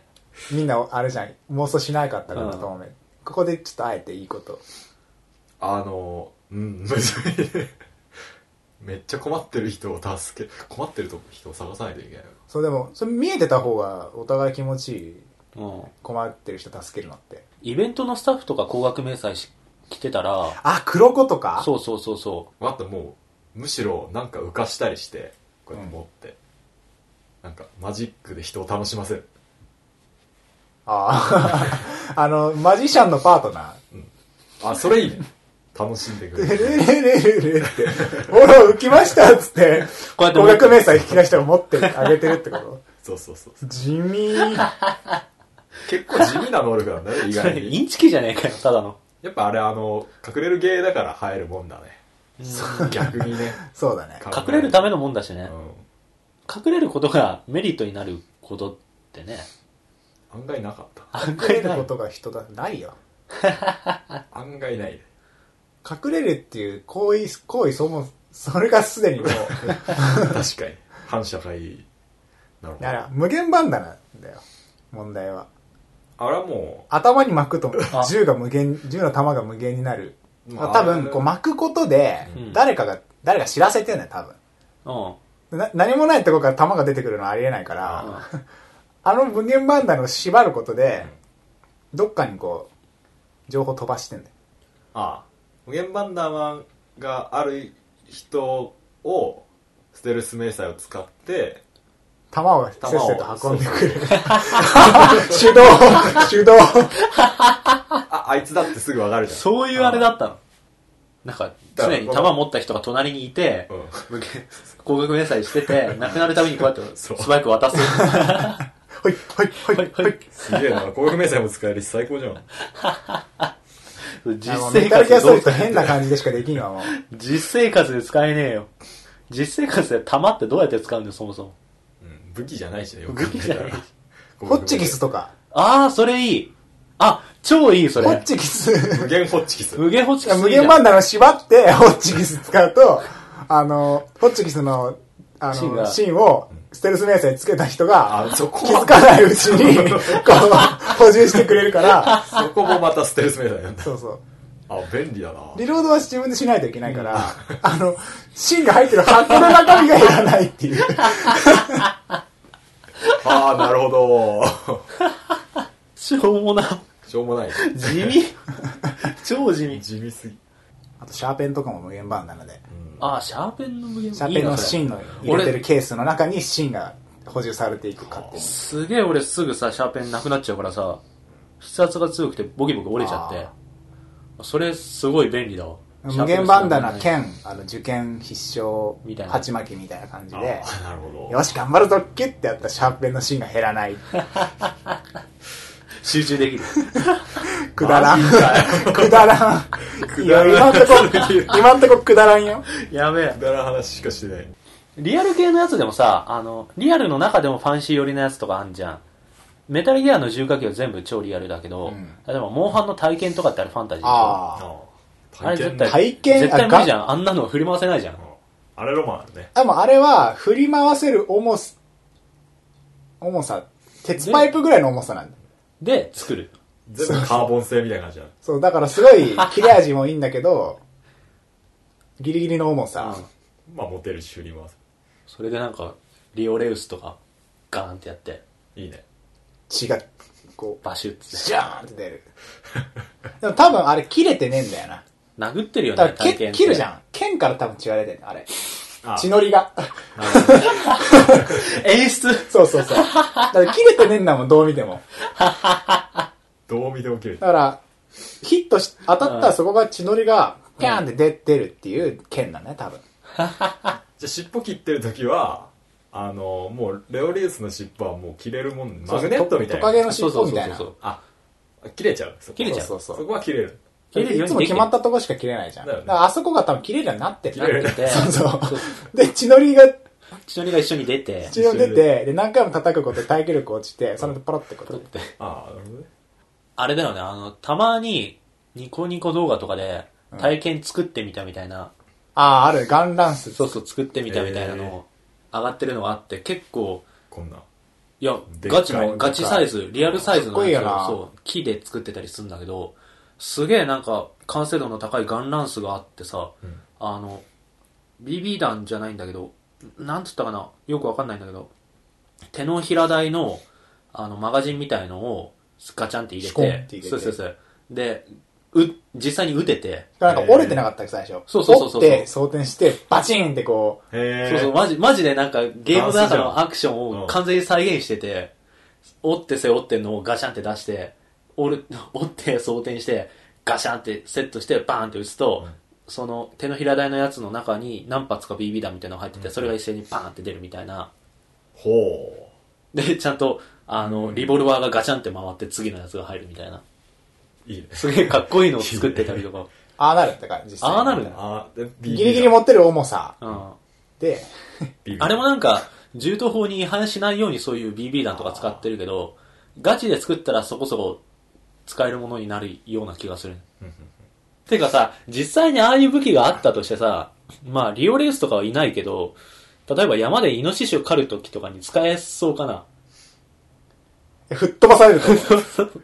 Speaker 3: みんな、あれじゃん、妄想しなかったから、
Speaker 1: うん
Speaker 3: と思うここでちょっとあえていいこと。
Speaker 2: あのうん むずいねめっちゃ困ってる人を助け困ってる人を探さないといけないよ
Speaker 3: そう、でも、それ見えてた方が、お互い気持ちいい、
Speaker 1: うん。
Speaker 3: 困ってる人助けるのって。
Speaker 1: イベントのスタッフとか高額明細し来てたら、
Speaker 3: あ、黒子とか
Speaker 1: そうそうそうそ
Speaker 2: あともうむしろなんか浮かしたりしてこうやって持って、なんかマジックで人を楽しませる
Speaker 3: あ あ。あの、マジシャンのパートナー。
Speaker 2: あそれいいね 楽しんでく
Speaker 3: ル
Speaker 2: れる
Speaker 3: ルルルルルって、ほら、浮きましたっつって、
Speaker 1: こうやって
Speaker 3: 高額明細引き出して持ってあげてるってこと
Speaker 2: そうそうそう
Speaker 3: 地味。
Speaker 2: 結構地味な能力なん だね意
Speaker 1: う。そ
Speaker 2: 外
Speaker 1: れ、
Speaker 2: に
Speaker 1: インチキじゃねえかよ、ただの。
Speaker 2: やっぱあれあの隠れる芸だから入るもんだね逆にね
Speaker 3: そうだね。
Speaker 1: 隠れるためのもんだしね。
Speaker 2: う
Speaker 1: 隠れることがメリットになることってね。
Speaker 2: ん案外なかった
Speaker 1: 案
Speaker 3: 隠
Speaker 1: 外
Speaker 3: れる
Speaker 1: ない
Speaker 3: ことが人だ。ないよ。
Speaker 2: 案外ないね
Speaker 3: 隠れるっていう行為、行為そも、それがす でにもう、
Speaker 2: 確かに反社会なるほど
Speaker 3: だから無限バンダナだよ。問題は。
Speaker 2: あれはも
Speaker 3: 頭に巻くと
Speaker 1: あ、
Speaker 3: 銃が無限、銃の弾が無限になる。
Speaker 2: う
Speaker 3: 多分、こう巻くことで
Speaker 1: うん、
Speaker 3: 誰かが、誰か知らせてんだよ、多分。
Speaker 1: うん。
Speaker 3: な何もないとこから弾が出てくるのはありえないから、あの無限バンダナを縛ることで、どっかにこう情報飛ばしてんだよ
Speaker 2: ああ無限バンダーマンがある人をステルス迷彩を使って
Speaker 3: 弾をせっ
Speaker 2: 弾を
Speaker 3: せと運んでくる手動手動
Speaker 2: ああいつだってすぐ分かるじゃん
Speaker 1: そういうあれだったの。なんか、
Speaker 2: だ
Speaker 1: 常
Speaker 2: から
Speaker 1: に弾持った人が隣にいて、
Speaker 2: うん
Speaker 1: 無限高額明細してて、なくなるためにこうやって素
Speaker 2: そう
Speaker 1: 早く 渡す。
Speaker 3: ほいほいほいほい
Speaker 2: すげえな攻撃迷彩も使えるし最高じゃん
Speaker 1: 実
Speaker 3: あのメ
Speaker 1: 生
Speaker 3: タル
Speaker 1: 活
Speaker 3: ギ
Speaker 1: で
Speaker 3: アソ
Speaker 1: どう
Speaker 3: リッド変な感じでしかできんわもう
Speaker 1: 実生活で使えねえよ。実生活で弾ってどうやって使うんだよ、そもそも。
Speaker 2: うん武器じゃないしねよ
Speaker 1: 武器じゃない
Speaker 2: 考えたら
Speaker 3: ホッチキスとか
Speaker 1: あー、それいい。あ、超いい、そ
Speaker 3: ホッ
Speaker 1: れ。
Speaker 3: チキス
Speaker 2: 無限ホッチキス
Speaker 1: 無限ホッチ
Speaker 3: い
Speaker 1: キ
Speaker 3: や
Speaker 1: スいい
Speaker 3: 無
Speaker 1: じゃん
Speaker 3: 限バンダーの縛ってホッチキス使うとあのホッチキスのあの
Speaker 1: シーンが
Speaker 3: シーンをステルス迷彩つけた人が
Speaker 2: あそこ
Speaker 3: 気づかないうちにこう補充してくれるから
Speaker 2: そこもまたステルス迷彩なんだ
Speaker 3: そうそう
Speaker 2: あ便利だな
Speaker 3: リロードは自分でしないといけないから、 あの、芯が入ってる箱の中身がいらないっていう。
Speaker 2: ああなるほど
Speaker 1: しょうもな。
Speaker 2: しょうもない
Speaker 1: 地味。超地 味。
Speaker 2: 地味すぎ
Speaker 3: あと、シャーペンとかも無限バンダなので、
Speaker 1: あー、シャーペンの無限
Speaker 3: シャーペンの芯の入れてるケースの中に芯が補充されていくかっていう。
Speaker 1: すげえ俺すぐさ、シャーペンなくなっちゃうからさ、筆圧が強くてボキボキ折れちゃって
Speaker 3: あ、
Speaker 1: それすごい便利だわ。
Speaker 3: 無限バンダナ
Speaker 1: シャーペン
Speaker 3: 兼、あの、受験必勝
Speaker 1: みたい、な
Speaker 3: 鉢巻きみたいな感じ
Speaker 2: あ
Speaker 3: で、
Speaker 2: ーなるほど
Speaker 3: よし、頑張るぞっけってやったらシャーペンの芯が減らない。
Speaker 1: するの ない集中できる。
Speaker 3: くだらん。くだらん。いや、
Speaker 2: くだ
Speaker 3: 今
Speaker 2: ら
Speaker 3: ん
Speaker 2: ん
Speaker 3: とこ、今んとこくだらんよ。
Speaker 1: やべえ
Speaker 2: く。だらん話しかしてない
Speaker 1: リアル系のやつでもさ、あの、リアルの中でもファンシー寄りのやつとかあんじゃん。メタルギアの重火器は全部超リアルだけど、
Speaker 3: うん
Speaker 1: 例えば、モンハンの体験とかってあれファンタジーでしょ
Speaker 3: ああ。
Speaker 2: あ
Speaker 1: あれ絶対、
Speaker 2: 体験
Speaker 3: 体験
Speaker 1: 絶対
Speaker 3: あ
Speaker 1: 無理じゃん。あんなの振り回せないじゃん。
Speaker 2: あれロマンあるね
Speaker 3: でもあれは、振り回せる重す、重さ、鉄パイプぐらいの重さなんだ。
Speaker 1: で、作る。
Speaker 2: 全部カーボン製みたいな感じだ
Speaker 3: そう、だからすごい、切れ味もいいんだけど、ギリギリの重さ。
Speaker 2: まあモテるし振り回す
Speaker 1: それでなんか、リオレウスとか、ガーンってやって、
Speaker 2: いいね
Speaker 3: 血が、こう、
Speaker 1: バシュッつって。
Speaker 3: ジャーンって出る。でも多分あれ切れてねえんだよな。
Speaker 1: 殴ってるよ
Speaker 3: だ
Speaker 1: ね、
Speaker 3: から
Speaker 1: 体
Speaker 3: け
Speaker 1: 験。
Speaker 3: 切るじ
Speaker 1: ん。
Speaker 3: ゃん。剣から多分血が出てるあれ。
Speaker 2: あ
Speaker 3: 血のりが。
Speaker 1: 演出
Speaker 3: そうそうそう。だから切れてねえんだもん、どう見ても。
Speaker 2: どう見ても切れて
Speaker 3: だから、ヒットし、当たったらそこが血のりが、ピャーンって出出るっていう剣なんだね、多分。
Speaker 2: じゃあ尻尾切ってる時はあのもうレオリウスの尻尾はもう切れるもんねマグネットみたいな
Speaker 3: トカゲの尻
Speaker 1: そうそう
Speaker 3: 尾み
Speaker 1: そ
Speaker 3: たいうな
Speaker 1: そ。う。
Speaker 2: あ切れちゃうそこ
Speaker 1: 切れちゃう
Speaker 3: そうそうそ
Speaker 2: そ
Speaker 3: う
Speaker 2: こは切れる
Speaker 1: 切れるよ
Speaker 3: いうつ
Speaker 1: に
Speaker 3: も
Speaker 1: でき
Speaker 3: 決
Speaker 1: てる
Speaker 3: まったとこしか切れないじゃん。
Speaker 2: だ
Speaker 3: だ
Speaker 2: よ
Speaker 3: か
Speaker 2: ね
Speaker 3: らあそこが多分切れるようになってる。
Speaker 2: 切れる
Speaker 1: 殴ってて、
Speaker 3: そうそう
Speaker 1: う。
Speaker 3: で、血のりが、
Speaker 1: 血のりが一緒に出て、
Speaker 3: 血のり出て、で、何回も叩くことで耐久力落ちて、それでポロってこと
Speaker 1: 取っ
Speaker 3: で。
Speaker 1: て。
Speaker 2: ああなるほどね
Speaker 1: あれだよね、あの、たまに、ニコニコ動画とかで、体験作ってみたみたいな、
Speaker 3: ああ、ある、ガンランス。
Speaker 1: そうそう、作ってみたみたいなの、上がってるのがあって、結構、
Speaker 2: こんない
Speaker 1: や、
Speaker 2: でっかい
Speaker 1: ガチの、ガチサイズ、リアルサイズ
Speaker 3: かっ
Speaker 1: の
Speaker 3: こいい
Speaker 1: や
Speaker 3: よ
Speaker 1: つ
Speaker 3: な
Speaker 1: を、そう、木で作ってたりするんだけど、すげえなんか、完成度の高いガンランスがあってさ、
Speaker 2: うん
Speaker 1: あの、BB 弾じゃないんだけど、なんつったかな、よくわかんないんだけど、手の平台の、あの、マガジンみたいのを、ガチャンって入れ
Speaker 3: シコンって
Speaker 1: て、
Speaker 3: 入れて
Speaker 1: そうそうそう。で、う、実際に撃てて、
Speaker 3: なんか折れてなかったっけ最初。
Speaker 1: そうそうそうそう
Speaker 3: 折って、装填して、バチンってこう、
Speaker 2: へえ
Speaker 1: そうそう、マジ、マジでなんか、ゲームの中のアクション
Speaker 2: うん
Speaker 1: を完全に再現してて、折って背負ってんのをガシャンって出して、折る、 折って装填して、ガシャンってセットして、バーンって打つと、その手の平台のやつの中に何発か BB 弾みたいなのが入ってて、それが一斉にバーンって出るみたいな。
Speaker 2: ほ
Speaker 1: で、ちゃんと、あの、リボルバーがガシャンって回って次のやつが入るみたいな。
Speaker 2: ういいね
Speaker 1: すげえかっこいいのを作ってたりと か。
Speaker 3: ああなるってか、実際。
Speaker 1: ああなるんだ
Speaker 2: あーで
Speaker 3: ギリギリ持ってる重さ。
Speaker 1: うん。
Speaker 3: で、
Speaker 2: BB
Speaker 1: あれもなんか、銃刀法に違反しないようにそういう BB 弾とか使ってるけど、ガチで作ったらそこそこ使えるものになるような気がする。てかさ、実際にああいう武器があったとしてさ、まあ、リオレースとかはいないけど、例えば山でイノシシを狩るときとかに使えそうかな。
Speaker 3: 吹っ飛ばされると 思う。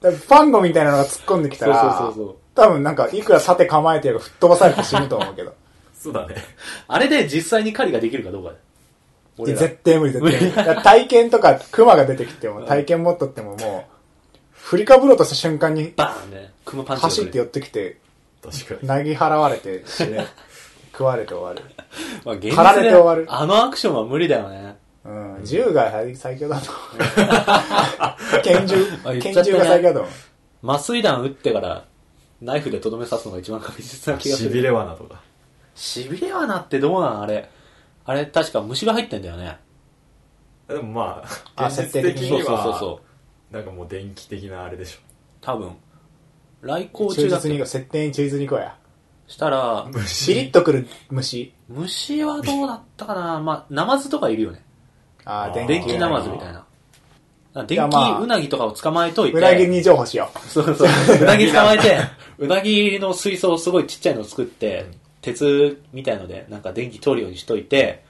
Speaker 3: だからファンゴみたいなのが突っ込んできたら、
Speaker 1: そうそうそうそう
Speaker 3: 多分なんか、いくら盾構えてやるか吹っ飛ばされて死ぬと思うけど。
Speaker 2: そうだね
Speaker 1: あれで実際に狩りができるかどうかだよ。
Speaker 3: い
Speaker 1: 俺
Speaker 3: や
Speaker 1: ら
Speaker 3: 絶対無理、絶対無理。だから体験とか、クマが出てきても、体験持っとってももう、振りかぶろうとした瞬間に、
Speaker 1: バーンで、クマパンチが
Speaker 3: 走
Speaker 1: 来
Speaker 3: って
Speaker 1: る。
Speaker 3: 寄ってきて、
Speaker 2: 確かに。
Speaker 3: なぎ払われて 死ぬ。食われて終わる。
Speaker 1: まあ、現
Speaker 3: 駆られて終わ
Speaker 1: 実
Speaker 3: る
Speaker 1: で、あのアクションは無理だよね。
Speaker 3: うん、銃が最強だ と思う。拳銃
Speaker 1: あ、言っちゃ
Speaker 3: 拳
Speaker 1: ったね
Speaker 3: 銃が最強だと思う。
Speaker 1: 麻酔弾撃ってから、ナイフでとどめ刺すのが一番確実な気がす
Speaker 2: し
Speaker 1: る。
Speaker 2: びれ罠とか。
Speaker 1: しびれはなってどうなんあれ。あれ、確か虫が入ってんだよね。
Speaker 2: でもまあ、
Speaker 3: あ
Speaker 2: 現
Speaker 3: 設定
Speaker 2: 実
Speaker 3: 的
Speaker 2: 的
Speaker 3: に
Speaker 1: そう
Speaker 2: に
Speaker 1: そうそうそ
Speaker 2: は
Speaker 1: う。、
Speaker 2: なんかもう電気的なあれでし
Speaker 1: 多分。来航
Speaker 3: 忠
Speaker 1: 中だっ
Speaker 3: 実に
Speaker 1: け
Speaker 3: 行こう。設定に忠実に行こうや。
Speaker 1: したら
Speaker 2: ょ。、
Speaker 3: ビリッとくる虫。
Speaker 1: 虫はどうだったかなまあ、ナマズとかいるよね。
Speaker 3: あー
Speaker 2: あー
Speaker 1: 電気ナマズみたいな。電気ウナギとかを捕まえといて。
Speaker 3: うなぎに譲歩しよ
Speaker 1: そう そう。うなぎ捕まえて、うなぎの水槽をすごいちっちゃいのを作って、鉄みたいので、なんか電気通るようにしといて、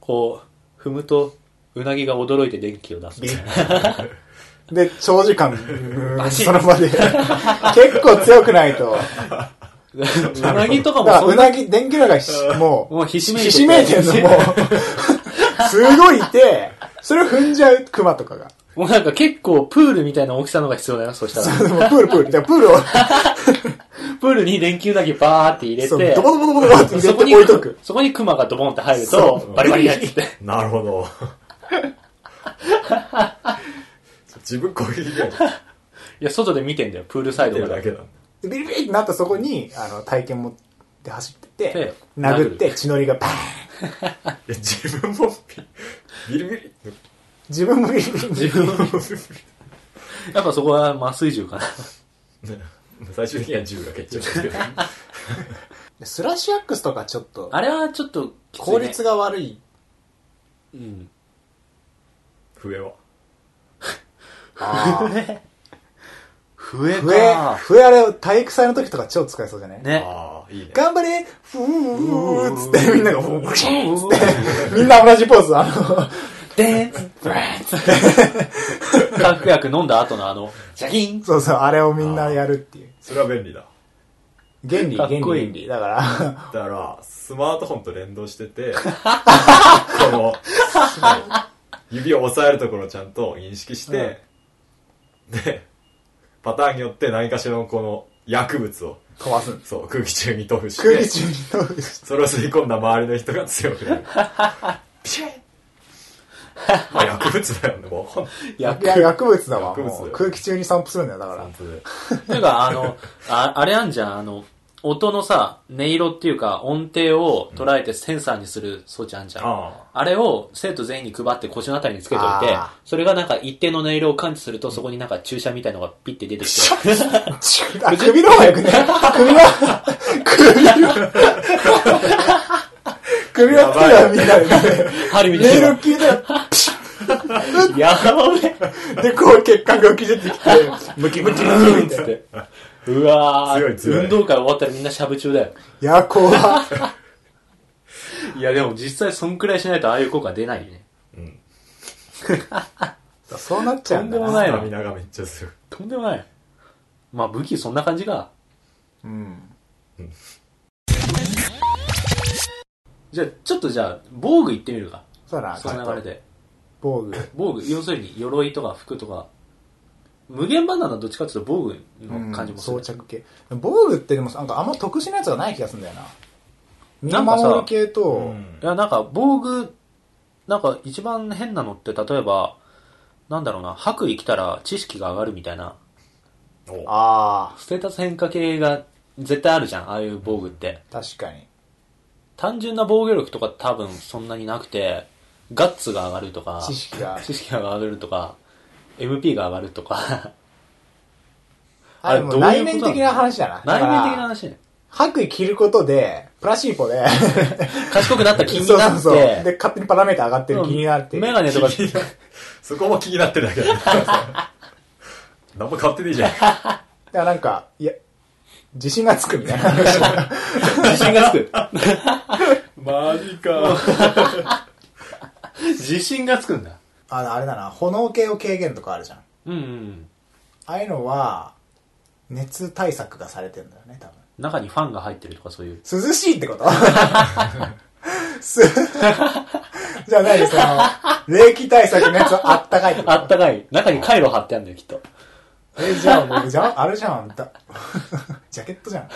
Speaker 1: こう、踏むと、うなぎが驚いて電気を出すみたいな。
Speaker 3: う。で、長時間、うーん
Speaker 1: バシッ
Speaker 3: そ の場で。結構強くないと。
Speaker 1: うなぎとかも
Speaker 3: だから、
Speaker 1: そ
Speaker 3: うん
Speaker 1: な、
Speaker 3: なぎ、電気のがひもう、
Speaker 1: もうひしめいてて
Speaker 3: ひめいてんの、も う。すごいいて、それを踏んじゃう熊とかが。
Speaker 1: もうなんか結構プールみたいな大きさのが必要だよ、そしたら。
Speaker 3: もうプールプール。じゃあプールを、
Speaker 1: プールに電気うなぎバーって入れ
Speaker 3: そう
Speaker 1: て
Speaker 3: ド、ボドボドボドボって入れ
Speaker 1: そ
Speaker 3: て
Speaker 1: こに
Speaker 3: 置いとく。、
Speaker 1: そこにクマがドボンって入る
Speaker 3: そ
Speaker 1: と、バリバリってって。
Speaker 2: なるほど。自分攻撃が
Speaker 1: いや、外で見てんだよ、プールサイ
Speaker 2: 入っ
Speaker 1: ド
Speaker 2: てる
Speaker 1: から。
Speaker 2: だけなんだ。
Speaker 3: でビリビリってなったそこに、あの、体験持って走ってって
Speaker 1: で、
Speaker 3: 殴って血のりがバーン。
Speaker 2: いや自分もビリビリビリ
Speaker 3: 自分もビリビリ。
Speaker 1: 自分のやっぱそこは麻酔銃かな。
Speaker 2: 最終的には銃が決着するけど。
Speaker 3: スラッシュアックスとかちょっと、
Speaker 1: あれはちょっときついね、
Speaker 3: 効率が悪い。
Speaker 1: うん。
Speaker 2: 笛は。
Speaker 1: 笛
Speaker 3: 笛、笛あれ、体育祭の時とか超使えそうじゃない
Speaker 1: ね。
Speaker 2: ああ、いいね。
Speaker 3: 頑張れふーつってみんなが、ふーつって、 みんな同じポーズ、あの、
Speaker 1: でーん、ブーンつって。 化学薬飲んだ後のあの、シャキーン
Speaker 3: そうそう、あれをみんなやるっていう。
Speaker 2: それは便利だ。
Speaker 3: 原理、
Speaker 1: か
Speaker 3: 原
Speaker 1: っこいい
Speaker 3: 理、原理。だ から、
Speaker 2: だから、スマートフォンと連動して て、この、指を押さえるところをちゃんと認識して、で、パターンによって何かしらのこの薬物を、
Speaker 3: 壊すんです。
Speaker 2: そう、空気中に塗布して、
Speaker 3: 空気中に飛ぶ。
Speaker 2: それを吸い込んだ周りの人が強くな る。ピシャッまあ薬物だよね、もう。
Speaker 1: 薬
Speaker 3: いや、薬物だわ。
Speaker 2: 薬物
Speaker 3: もう空気中に散布するんだよ、だから。
Speaker 1: ていうか、あの、ああれあんじゃん、あの、音のさ、音色っていうか音程を捉えてセンサーにする装置あんじゃん。
Speaker 2: あ
Speaker 1: あれを生徒全員に配って腰のあたりにつけといて
Speaker 3: あ、
Speaker 1: それがなんか一定の音色を感知するとそこになんか注射みたいのがピッて出てきて、
Speaker 3: あ、首の方がよくね。首の、首の、首の手がみんなでね、
Speaker 1: 針みた
Speaker 3: レ
Speaker 1: い
Speaker 3: ール
Speaker 1: な
Speaker 3: を。切いたら、
Speaker 1: やばめ
Speaker 3: で、こう血管が浮き出てきて、ムキムキムキみたいな。
Speaker 1: って。うわー
Speaker 2: 強い強い
Speaker 1: 運動会終わったらみんなしゃぶ中だよ。
Speaker 3: いや、怖 っ
Speaker 1: いやでも実際そんくらいしないとああいう効果出ないよね。
Speaker 2: あ。うん。
Speaker 3: そうなっちゃうんだ
Speaker 1: とんでもないわ
Speaker 2: 涙がめっちゃする。
Speaker 1: とんでもない。まあ武器そんな感じか。
Speaker 3: うん。
Speaker 1: じゃあちょっとじゃあ防具いってみるか。
Speaker 3: そうだな、ちょ
Speaker 1: そ
Speaker 3: っ
Speaker 1: の流れ
Speaker 3: と、
Speaker 1: で。
Speaker 3: 防具。
Speaker 1: 防具、要するに鎧とか服とか。無限バナナどっちかっていうと防具の感じもする。
Speaker 3: 装着系。防具ってでもなんかあんま特殊なやつがない気がするんだよな。身
Speaker 1: なんかさ
Speaker 3: 守る系と、
Speaker 1: いやなんか防具、なんか一番変なのって例えば、なんだろうな、白衣着たら知識が上がるみたいな。
Speaker 2: お
Speaker 3: あ
Speaker 1: ステータス変化系が絶対あるじゃん、ああいう防具って。
Speaker 3: あ、確かに。
Speaker 1: 単純な防御力とか多分そんなになくて、ガッツが上がるとか、
Speaker 3: 知識が。
Speaker 1: 知識が上がるとか、MP が上がるとか、
Speaker 3: あれもう内面的な話だな。
Speaker 1: 内面的な
Speaker 3: だから
Speaker 1: 話ね。
Speaker 3: 白衣着ることで、プラシーポで、
Speaker 1: 賢くな った気に
Speaker 3: そう
Speaker 1: な
Speaker 3: そう
Speaker 1: っ
Speaker 3: そう。
Speaker 1: て、
Speaker 3: で、勝手にパラメータ上がってる気になって。
Speaker 1: メガネと か、
Speaker 2: そこも気になってるだけだ。何も変わってねえじゃん。
Speaker 3: だからなんか、いや、自信がつくみたいな 話。
Speaker 1: 自信がつく。
Speaker 2: マジか。
Speaker 1: 自信がつくんだ。
Speaker 3: あの、あれだな、炎系を軽減とかあるじゃん。あ
Speaker 1: うんうん。
Speaker 3: あいうのは、熱対策がされてんだよね、多分。
Speaker 1: 中にファンが入ってるとかそういう。
Speaker 3: 涼しいってこと す じゃあ何その、冷気対策のやつはあったかいってこ
Speaker 1: あったかい。中に回路貼ってあるんだよ、きっと。
Speaker 3: え、じゃあもう、じゃあ、あれじゃん。だ ジャケットじゃん。
Speaker 1: い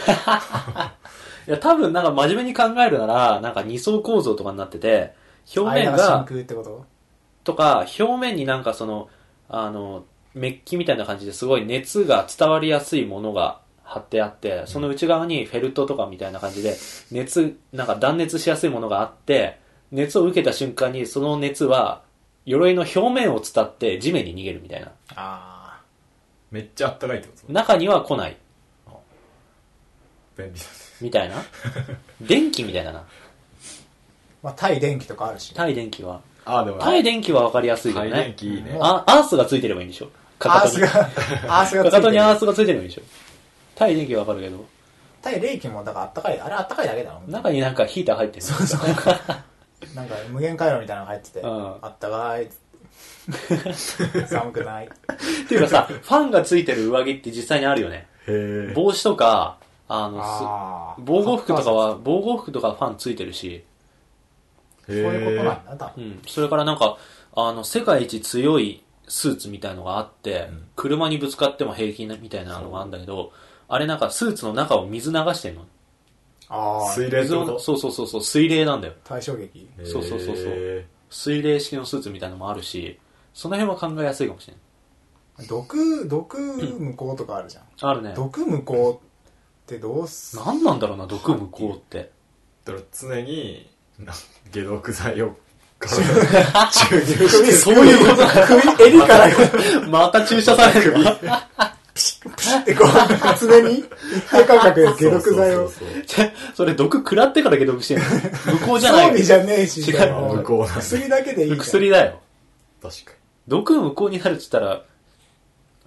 Speaker 1: や、多分なんか真面目に考えるなら、なんか二層構造とかになってて、表面
Speaker 3: 間真
Speaker 1: が、
Speaker 3: 空ってこと
Speaker 1: とか、表面になんかその、あの、メッキみたいな感じですごい熱が伝わりやすいものが貼ってあって、その内側にフェルトとかみたいな感じで、熱、なんか断熱しやすいものがあって、熱を受けた瞬間にその熱は、鎧の表面を伝って地面に逃げるみたいな。
Speaker 3: あ
Speaker 2: めっちゃあったかいってこと
Speaker 1: 中には来ない、
Speaker 2: 便利だね
Speaker 1: みたいな。電気みたいだな。
Speaker 3: あ。まあ、対電気とかあるし。
Speaker 1: 対電気は。
Speaker 2: ああでも
Speaker 1: 対電気はわかりやすいよね。
Speaker 2: 対電気いいね
Speaker 1: あ、アースがついてればいいんでしょか
Speaker 3: ア
Speaker 1: かと
Speaker 3: ース
Speaker 1: に
Speaker 3: が。、 アース
Speaker 1: か
Speaker 3: がついて
Speaker 1: か
Speaker 3: る
Speaker 1: とにアースがついてればいいんでしょ対電気はわかるけど、
Speaker 3: 対冷気も、だからあったかい、あれあったかいだけだろ。
Speaker 1: 中になんかヒーター入 ってる。そうそう。
Speaker 3: なんか無限回路みたいなのが入ってて、
Speaker 1: うん
Speaker 3: あったかい っつって寒くない。
Speaker 1: っていうかさ、ファンがついてる上着って実際にあるよね。
Speaker 2: へえ
Speaker 1: 帽子とか、あの、
Speaker 3: あ
Speaker 1: す
Speaker 3: ー
Speaker 1: 防護服とかは、防護服とかファンついてるし、
Speaker 2: そ
Speaker 3: そういうことなんだ、
Speaker 1: う
Speaker 3: 多分。
Speaker 1: ん。それからなんか、あの、世界一強いスーツみたいのがあって、車にぶつかっても平気なみたいなのがあるんだけど、あれなんかスーツの中を水流してんの。
Speaker 3: ああ、
Speaker 2: 水冷って
Speaker 1: 水
Speaker 2: こ
Speaker 1: を、
Speaker 2: と
Speaker 1: そうそうそうそう、水冷なんだよ。
Speaker 3: 対衝撃。
Speaker 1: そうそうそうそう
Speaker 2: へ
Speaker 1: 水冷式のスーツみたいなのもあるし、その辺は考えやすいかもしれない。
Speaker 3: 毒、毒無効とかあるじゃん。
Speaker 1: あるね。
Speaker 3: 毒無効ってどうす
Speaker 1: 何なんだろうな、毒無効って。
Speaker 2: だから常にな解毒剤を
Speaker 1: そういうことだ。
Speaker 3: 首、襟から
Speaker 1: また注射されるわ。
Speaker 3: プシュって こう、常に一定価格で解毒剤を。
Speaker 2: そうそうそう
Speaker 1: ちょ それ毒食らってから解毒してんの無効じゃ
Speaker 3: 装
Speaker 1: ない
Speaker 3: 備じゃねえし、みたいな
Speaker 1: 違う
Speaker 2: 無効なんだ
Speaker 3: 薬だけでいいじゃん。
Speaker 1: 薬だよ。
Speaker 2: 確か
Speaker 1: 毒無効になるって言ったら、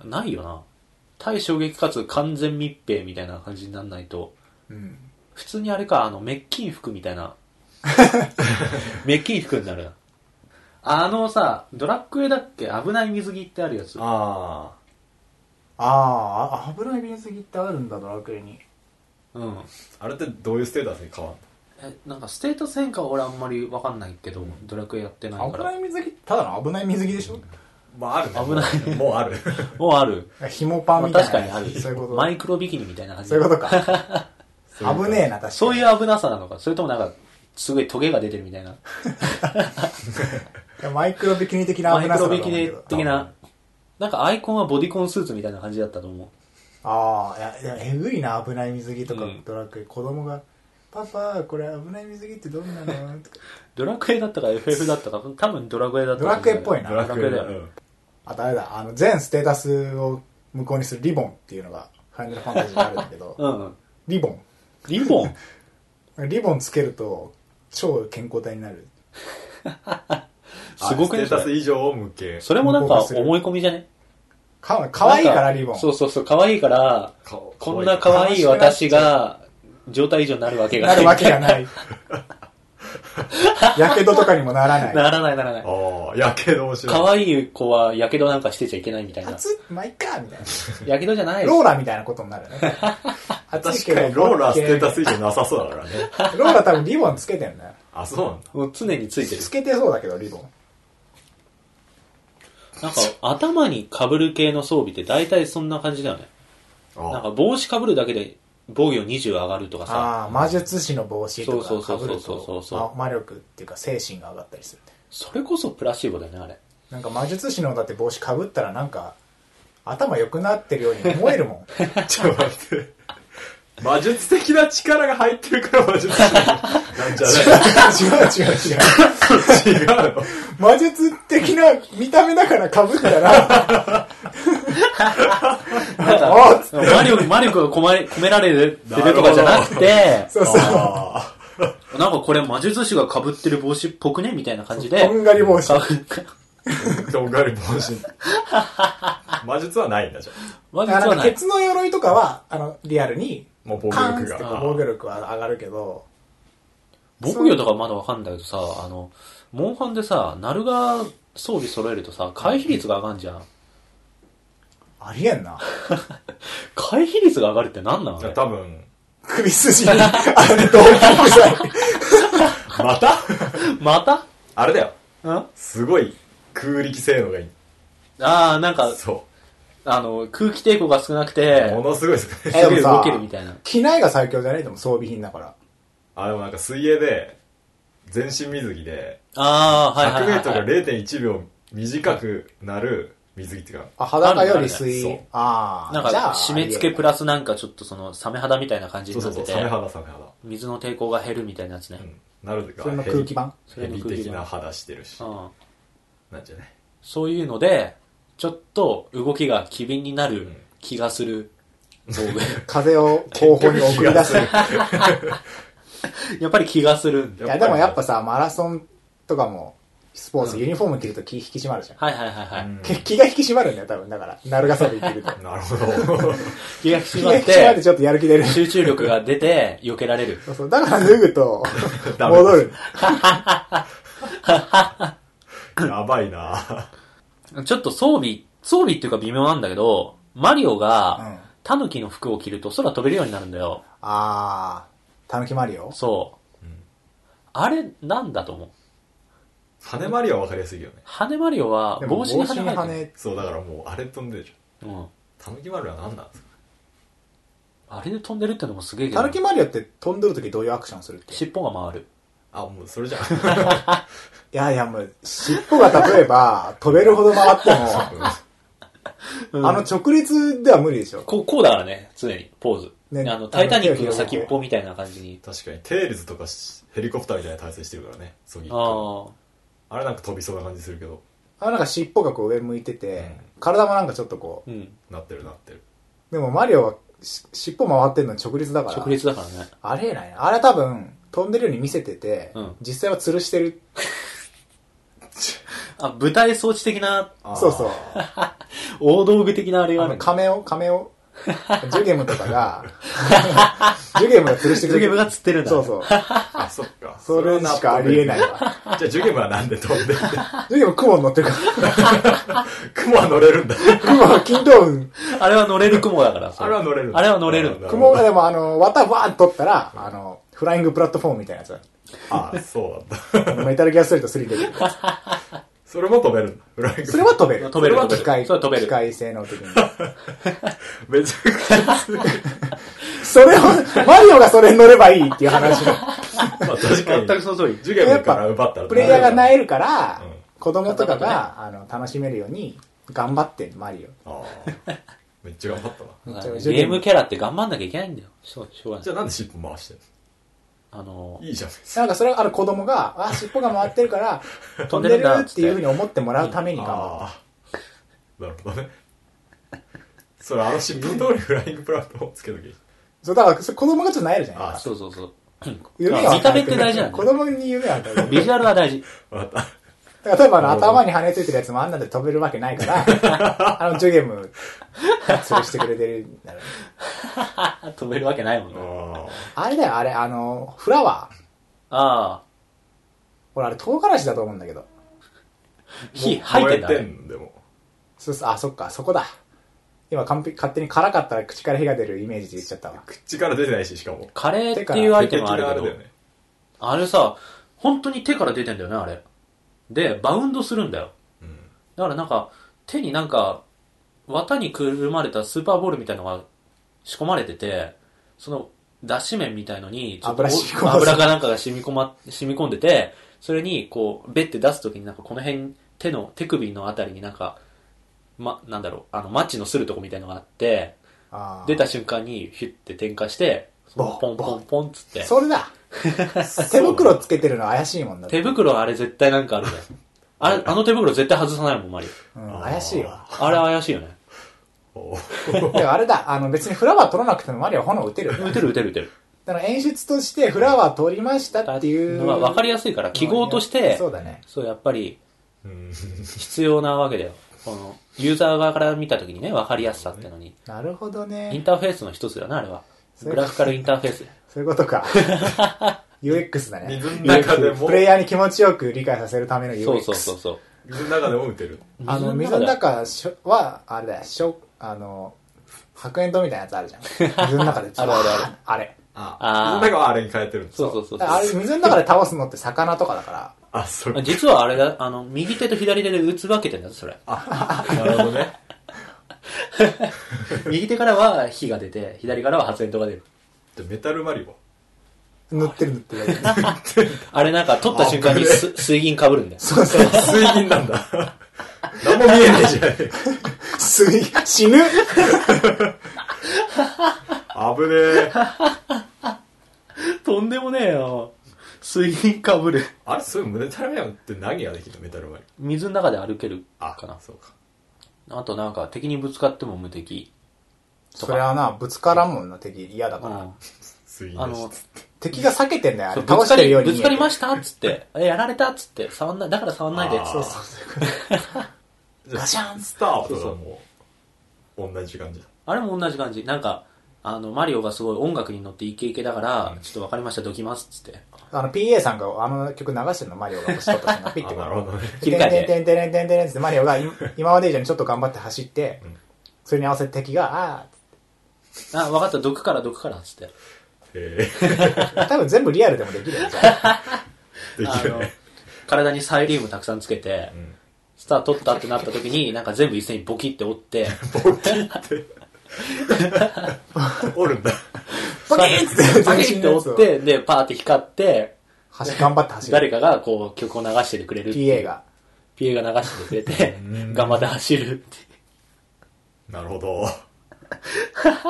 Speaker 1: ないよな。対衝撃かつ完全密閉みたいな感じにならないと、
Speaker 3: うん。
Speaker 1: 普通にあれか、あの、滅菌服みたい な。滅菌服になるな。あのさ、ドラッグエだっけ危ない水着ってあるやつ。
Speaker 2: にあ
Speaker 3: あーあ、危ない水着ってあるんだ、ドラクエに。
Speaker 1: うん。
Speaker 2: ああれってどういうステータスに変わんの
Speaker 1: え、なんかステータス変化は俺あんまりわかんないけど、ドラクエやってないか
Speaker 3: 危な
Speaker 1: ら。
Speaker 3: い水着ただの危ない水着でしょ
Speaker 2: まああるね
Speaker 1: 危ない
Speaker 2: もうあ る
Speaker 1: もうある。
Speaker 3: 紐パン
Speaker 1: まあ
Speaker 3: みたいな。
Speaker 1: 確かにある。
Speaker 3: そういうこと。
Speaker 1: マイクロビキニみたいな感じ。
Speaker 3: そういうこと か。
Speaker 2: そういうこと
Speaker 3: 危ねえな、確かに。
Speaker 1: そういう危なさなのか。それともなんか、すごいトゲが出てるみた いな。
Speaker 3: いやマイクロビキニ的な
Speaker 1: マ
Speaker 3: 危
Speaker 1: イ
Speaker 3: な
Speaker 1: ク
Speaker 3: さだ
Speaker 1: ロ
Speaker 3: と
Speaker 1: ビキ
Speaker 3: 思うけ
Speaker 1: ニ
Speaker 3: ど。
Speaker 1: 的な。なんかアイコンはボディコンスーツみたいな感じだったと思う。
Speaker 3: ああ、いや、いやえぐいな、危ない水着とか、
Speaker 1: うん
Speaker 3: ドラクエ。子供が、パパ、これ危ない水着ってどんなのとか
Speaker 1: ドラクエだったか FF だったか、多分ドラクエだった
Speaker 3: ドラクエっぽいな
Speaker 2: ドラクエ
Speaker 1: ドラ
Speaker 2: だ
Speaker 1: クエだよ
Speaker 2: よ
Speaker 3: あとあれだ、あの、全ステータスを無効にするリボンっていうのが、ファイナルファンタジーにあるんだけ ど、
Speaker 1: うんうん。
Speaker 3: リボ
Speaker 1: リボン
Speaker 3: ン。リボンつけると、超健康体になる。
Speaker 1: すごく
Speaker 2: ね
Speaker 1: ね
Speaker 2: ステータ
Speaker 1: そ
Speaker 2: ス
Speaker 1: れ
Speaker 2: 以上を向け
Speaker 1: それもなんか思い込みじゃね
Speaker 3: かかわいいか
Speaker 1: な
Speaker 3: ら、
Speaker 1: ん
Speaker 3: リボン。
Speaker 1: そうそうそう、可愛いから、
Speaker 2: こ
Speaker 1: こんな可愛い私が、状態異常になるわけが
Speaker 3: な
Speaker 1: ない。
Speaker 3: るわけがない。やけどとかにもならな い。
Speaker 1: ならないならない。
Speaker 2: ああやけど面白い
Speaker 1: 可愛い子は、やけどなんかしてちゃいけないみたいな。
Speaker 3: 熱っ、まあ、いっか、みたい な。
Speaker 1: やけどじゃない
Speaker 3: ローラみたいなことになるね。
Speaker 2: 確かにローラーステータ
Speaker 3: ス。
Speaker 2: ス以上なさそうだからね
Speaker 3: ローラ多分リボンつけてんね。
Speaker 2: あそうなんだ
Speaker 1: もう常についてる
Speaker 3: つ。けてそうだけど、リボン。
Speaker 1: なんか、頭に被る系の装備って大体そんな感じだよね。なん
Speaker 2: あ
Speaker 1: か、帽子被るだけで防御20上がるとかさ、
Speaker 3: ああ、魔術師の帽子と
Speaker 1: そうそ
Speaker 3: か
Speaker 1: う
Speaker 3: 被
Speaker 1: そう
Speaker 3: る
Speaker 1: そうそう
Speaker 3: と
Speaker 1: そう
Speaker 3: ま魔力っていうか精神が上がったりする。
Speaker 1: それこそプラシーボだよね、あれ。
Speaker 3: なんか魔術師のだって帽子被ったらなんか、頭良くなってるように思えるもん。
Speaker 2: あ ちょっと待って魔術的な力が入ってるから魔術師なんじゃ
Speaker 3: 違う違う違う。
Speaker 2: ない違うの
Speaker 3: 魔術的な見た目だから被ったら、あっつって
Speaker 1: 魔力、魔力が込まれ込められてるとかじゃなくて、
Speaker 3: そうそう。
Speaker 2: あ
Speaker 1: なんかこれ魔術師が被ってる帽子っぽくねみたいな感じで。
Speaker 3: とんがり帽子。
Speaker 2: あとんがり帽子魔術はないんだじゃ
Speaker 1: 魔術
Speaker 3: あ
Speaker 1: は
Speaker 3: の、
Speaker 1: ない。
Speaker 3: 鉄の鎧とかは、あの、リアルに、
Speaker 2: あもう防御
Speaker 3: カーンっ
Speaker 2: 力
Speaker 3: つって
Speaker 2: が
Speaker 3: 防御力は上がるけど、
Speaker 1: 防御とかまだわかんないけどさ、あの、モンハンでさ、ナルが装備揃えるとさ、回避率が上がんじゃん。
Speaker 3: ありえんな。
Speaker 1: 回避率が上がるって何なの
Speaker 2: いや多分
Speaker 3: 首筋に、あの、動物剤。
Speaker 2: また
Speaker 1: また
Speaker 2: あれだよ
Speaker 1: んあ
Speaker 2: すごい空力性能がいい
Speaker 1: あ、なんか、
Speaker 2: そ
Speaker 1: あの、空気抵抗が少なくて、
Speaker 2: ものすごいです
Speaker 3: え
Speaker 2: ね。
Speaker 1: す
Speaker 3: で
Speaker 1: げえ
Speaker 3: もさ
Speaker 1: 動けるみたいな。
Speaker 3: 機内が最強じゃねえでも装備品だから。
Speaker 2: あ、でもなんか水泳で、全身水着で、
Speaker 1: ああ、はいはいはい、
Speaker 2: 100メート
Speaker 1: はい。
Speaker 2: ルが0.1秒短くなる水着っていうか、
Speaker 3: あ、裸
Speaker 2: あ
Speaker 3: より
Speaker 2: るんだ
Speaker 3: 水
Speaker 2: ね。
Speaker 3: ああ。
Speaker 1: なんか
Speaker 3: じゃあ、
Speaker 1: 締め付けプラスなんかちょっとその、サメ肌みたいな感じ
Speaker 2: そう
Speaker 1: にな
Speaker 2: そう
Speaker 1: っ
Speaker 2: そ
Speaker 1: てて
Speaker 2: う、サ、メ肌、サメ肌。
Speaker 1: 水の抵抗が減るみたいなやつね
Speaker 2: う。ん。なるというか、
Speaker 3: それの空気版
Speaker 2: ヘビ的な肌してるし
Speaker 1: う、ん。
Speaker 2: なんじゃね。
Speaker 1: そういうので、ちょっと動きが機敏になる
Speaker 2: ん
Speaker 1: 気がする道
Speaker 3: 風を後方に送り出す。
Speaker 1: 具。やっぱり気がするんだ
Speaker 3: いや、でもやっぱさ、マラソンとかも、スポーツ、ユニフォーム着ると気引き締まるじゃん。
Speaker 1: はいはいはいはい。
Speaker 2: うん
Speaker 3: け気が引き締まるんだよ、多分。だから、鳴ヶサビ着ると。
Speaker 2: なるほ ど。
Speaker 1: 気が 引き
Speaker 3: 気
Speaker 1: 締まっ
Speaker 3: が引き締まって
Speaker 1: て、
Speaker 3: ちょっとやる気出る。
Speaker 1: 集中力が出て、避けられる。
Speaker 3: そうそうだから脱 ぐと、
Speaker 2: ダメ
Speaker 3: 戻る。
Speaker 2: やばいな
Speaker 1: ちょっと装備、装備っていうか微妙なんだけど、マリオ
Speaker 3: うん
Speaker 1: が、タヌキの服を着ると空飛べるようになるんだよ。
Speaker 3: あー、たぬきマリオ
Speaker 1: そう。あれ、なんだと思う。
Speaker 2: 羽マリオは分かりやすいけどね。
Speaker 1: 羽マリオは
Speaker 3: でも
Speaker 1: 帽子に羽
Speaker 3: 帽
Speaker 1: 生
Speaker 3: 子
Speaker 1: えてる。
Speaker 2: そう、だからもう、あれ飛んでるじゃん。
Speaker 1: うん。
Speaker 2: たぬきマリオは何なんですか
Speaker 1: あれで飛んでるってのもすげえけど
Speaker 3: たぬきマリオって飛んでるときどういうアクションするっけい
Speaker 1: 尻尾が回る。
Speaker 2: あ、もうそれ じゃん。
Speaker 3: やいや、もう、尻尾が例えば、飛べるほど回っても、あの直立では無理でしょ。
Speaker 1: こう、こうだからね、常に、ポーズ。
Speaker 3: ね
Speaker 1: あの、タイタニックの先っぽみたいな感じに。
Speaker 2: 確かに、テールズとかしヘリコプターみたいな体勢してるからね、そぎ。
Speaker 1: ああ。
Speaker 2: あれなんか飛びそうな感じするけど、
Speaker 3: あのなんか尻尾がこう上向いてて、
Speaker 2: うん
Speaker 3: 体もなんかちょっとこう、
Speaker 1: うん。
Speaker 2: なってるなってる。
Speaker 3: でもマリオはし尻尾回ってんのに直立だから。
Speaker 1: 直立だからね。
Speaker 3: あれえないな。あれ多分、飛んでるように見せてて、
Speaker 1: うん
Speaker 3: 実際は吊るしてる。
Speaker 1: あ、舞台装置的な、
Speaker 2: あー
Speaker 3: そうそう。
Speaker 1: 大道具的なあれが
Speaker 3: あ
Speaker 1: あ
Speaker 3: の、
Speaker 1: る。
Speaker 3: 亀を、亀を、ジュゲムとかが、ジュゲムが吊るしてくれ
Speaker 1: ジュゲムが吊ってるんだ
Speaker 3: そうそう。
Speaker 2: あ、そっか。
Speaker 3: それしかありえない
Speaker 2: じゃ
Speaker 3: わ。
Speaker 2: あ、ジュゲムはなんで飛んでって。
Speaker 3: ジュゲム雲に乗ってるから。
Speaker 2: 雲は乗れ るんだ。
Speaker 3: 雲は均等運。
Speaker 1: あれは乗れる雲だから、そ
Speaker 2: あれは乗れるんだ
Speaker 1: あれは乗れる
Speaker 2: あーなほど
Speaker 3: 雲がでもあの、綿バーン取ったら、あの、フライングプラットフォームみたいなやつ。
Speaker 2: あーそうなんだ。
Speaker 3: あのメタルギアストリート3で出 てくる。
Speaker 2: それも飛べるんだ。フライング。
Speaker 3: それは飛べる。
Speaker 1: 飛べる
Speaker 3: それは機械、
Speaker 1: それは飛べる
Speaker 3: 機械性能的に。
Speaker 2: めちゃくちゃ強い。
Speaker 3: それを、マリオがそれに乗ればいいっていう話の。
Speaker 2: まあ確か
Speaker 1: 全
Speaker 2: に。
Speaker 1: くその通り
Speaker 2: ジュゲムから奪ったら。
Speaker 3: プレイヤー
Speaker 2: い。
Speaker 3: が萎えるから
Speaker 2: うん、
Speaker 3: 子供とかが、あの、楽しめるように、頑張ってんマリオ。
Speaker 2: あーめっちゃ頑張ったな。
Speaker 1: だ
Speaker 3: ち
Speaker 1: から
Speaker 3: ゃめ
Speaker 1: ね
Speaker 3: ちゃ
Speaker 1: ゲームキャラって頑張んなきゃいけないんだよ。しょうしょうが
Speaker 2: じ
Speaker 1: な
Speaker 2: ゃ
Speaker 1: い。
Speaker 2: あなんで尻尾回してる
Speaker 1: あの、
Speaker 2: いいじゃん。別に
Speaker 3: なんかそれはある子供が、あ、尻尾が回ってるから、飛
Speaker 1: 飛
Speaker 3: ん
Speaker 1: ん
Speaker 3: で
Speaker 1: で
Speaker 3: る
Speaker 1: るんだ
Speaker 3: っていうふうに思ってもらうために頑張る。
Speaker 2: ああ。なるほどね。それ、あの尻尾の通りフライングプラットフォームつけとき。
Speaker 3: そう、だからそれ子供がちょっと萎えるじゃない
Speaker 2: あ
Speaker 1: そうそうそう。
Speaker 3: 夢
Speaker 1: あ
Speaker 3: は
Speaker 1: 見た目って大事なんだ
Speaker 3: 子
Speaker 1: よ。
Speaker 3: 供に夢は与える。
Speaker 1: ビジュアルは大事。
Speaker 2: わかっ
Speaker 3: だから例えばあの頭に羽ついてるやつもあんなんで飛べるわけない から、あのジュゲム、吊るしてくれてるんだろうね
Speaker 1: あ飛べるわけないもん
Speaker 2: た。
Speaker 1: ね。
Speaker 2: あ
Speaker 3: あれだよ、あれ、あの、フラワー。
Speaker 1: あ
Speaker 3: 俺あれ唐辛子だと思うんだけど。
Speaker 1: あ。
Speaker 2: あ。
Speaker 1: 火吐いてんだ
Speaker 2: 燃えて
Speaker 1: ね。
Speaker 2: んのでも。
Speaker 3: そうそう、あ、そっか、そこだ。今完璧、勝手に辛かったら口から火が出るイメージで言っちゃったわ。
Speaker 2: 口から出てないし、しかも。
Speaker 1: カレーっていうアイテムあるけ
Speaker 2: 手的なあれだ
Speaker 1: ど
Speaker 2: よ、ね。
Speaker 1: あれさ、本当に手から出てんだよね、あれ。で、バウンドするんだよ。
Speaker 2: うん
Speaker 1: だからなんか、手になんか、綿にくるまれたスーパーボールみたいのが仕込まれてて、その、出し麺みたいのに、ちょっと
Speaker 3: 油染み込ませ
Speaker 1: 油かなんかが染み込ま、染み込んでて、それに、こう、べって出すときになんかこの辺、手の、手首のあたりになんか、ま、なんだろう、あの、マッチのするとこみたいのがあって、
Speaker 3: あー
Speaker 1: 出た瞬間にヒュッて点火して、その
Speaker 3: ボ
Speaker 1: ポ
Speaker 3: ン
Speaker 1: ンポンポンっつって。
Speaker 3: それ だ。手袋つけてるの怪しいもんだって
Speaker 1: 手袋はあれ絶対なんかあるね。あれ、あの手袋絶対外さないもん、マリオ。
Speaker 3: うん、怪しいわ。
Speaker 1: あれ怪しいよね。
Speaker 2: おー
Speaker 3: でもあれだ、あの別にフラワー取らなくてもマリオは炎打てるよ
Speaker 1: 打
Speaker 3: ね。
Speaker 1: てる打てる打てる。
Speaker 3: だから演出としてフラワー取りましたっていう。
Speaker 1: のは分かりやすいから、記号として、
Speaker 3: そうだね。
Speaker 1: そうやっぱり
Speaker 2: うん
Speaker 1: 必要なわけだよ。この、ユーザー側から見たときにね、分かりやすさってのに。
Speaker 3: なるほど
Speaker 1: イン
Speaker 3: ね。
Speaker 1: ターフェースの一つだな、あれは。
Speaker 3: そう
Speaker 1: グラフィカルインターフェース。
Speaker 3: そういうこと か。UX だね。
Speaker 2: 水の中でも、
Speaker 3: プレイヤーに気持ちよく理解させるための UX。
Speaker 1: そうそうそうそう。
Speaker 2: 水の中でも打てる。
Speaker 3: あの、水の中しょは、あれだよ、しょ、あの、白煙筒みたいなやつあるじゃん。水の中で。
Speaker 1: あるあるある
Speaker 3: あれ。
Speaker 2: あ
Speaker 1: あー
Speaker 2: 水の中はあれに変えてるんだ
Speaker 1: そうそうそう
Speaker 3: だからあれ、水の中で倒すのって魚とかだから。
Speaker 2: あ、それ。
Speaker 1: 実はあれだ、あの、右手と左手で打つわけてんだぞ、それ。
Speaker 2: あ、なるほどね。
Speaker 1: 右手からは火が出て、左からは発煙筒が出る。
Speaker 2: でメタルマリオ
Speaker 3: 塗ってる塗ってる。
Speaker 1: あれなんか取った瞬間にす水銀被るんだよ。
Speaker 3: そうそう。
Speaker 2: 水銀なんだ何も見えねえじゃねえ
Speaker 3: 水、死ぬ
Speaker 2: 危ねえ
Speaker 1: とんでもねえよ。水銀被る。
Speaker 2: あれそういうメタルマリオって何ができるのメタルマリ
Speaker 1: 水の中で歩ける
Speaker 2: オあ
Speaker 1: かな。
Speaker 2: そうか
Speaker 1: あとなんか敵にぶつかっても無敵。と
Speaker 3: そ
Speaker 1: か
Speaker 3: れはな、ぶつからんもんな、敵嫌だ
Speaker 1: う
Speaker 3: から。
Speaker 1: ん。
Speaker 2: 水銀
Speaker 1: あ
Speaker 2: だし
Speaker 1: の、
Speaker 3: 敵が避けてんだよ、あ
Speaker 1: そ
Speaker 3: れ。
Speaker 1: うぶ
Speaker 3: 倒
Speaker 1: つか
Speaker 3: してる
Speaker 1: り
Speaker 3: ように
Speaker 1: ぶ
Speaker 3: 見
Speaker 1: つ
Speaker 3: え
Speaker 1: か
Speaker 3: る
Speaker 1: りましたっつって、え、やられたっつって、触んない、だから触んないで。
Speaker 2: あー
Speaker 1: そう
Speaker 2: そうじゃあ
Speaker 3: ガシャン
Speaker 2: スターと
Speaker 1: そうそ
Speaker 2: か
Speaker 1: う
Speaker 2: もう同じ感じだ
Speaker 1: あれも同じ感じ。なんか、あの、マリオがすごい音楽に乗ってイケイケだから、ちょっとわかりました、どきますっつって。
Speaker 3: あの、PA さんがあの曲流してるの、マリオが星取った瞬間、ピッ
Speaker 2: あ
Speaker 3: てこ
Speaker 2: なるほどね
Speaker 3: う。
Speaker 1: 切り替えて
Speaker 3: てんてんてんてんてんてんって、マリオが今今まで以上にちょっと頑張って走って
Speaker 2: うん、
Speaker 3: それに合わせて敵が、あ
Speaker 1: あ、わかった、毒から毒からっつって。
Speaker 2: へ
Speaker 3: ー、多分全部リアルでもできるよ、じゃあ。
Speaker 2: えで
Speaker 1: あ
Speaker 2: きる
Speaker 1: の
Speaker 2: ね、
Speaker 1: 体にサイリウムたくさんつけて、
Speaker 2: うん
Speaker 1: スター取ったってなった時に、なんか全部一斉にボキって折って、
Speaker 2: おるんだ
Speaker 3: ボキーンっつって
Speaker 1: ボキって折って、で、パーって光って、
Speaker 3: 走頑張って走
Speaker 1: 誰
Speaker 3: る。
Speaker 1: かがこう曲を流しててくれるっていう
Speaker 3: PA。が。
Speaker 1: PA が流してくれて
Speaker 2: うん、
Speaker 1: 頑張って走るってい
Speaker 2: なるほど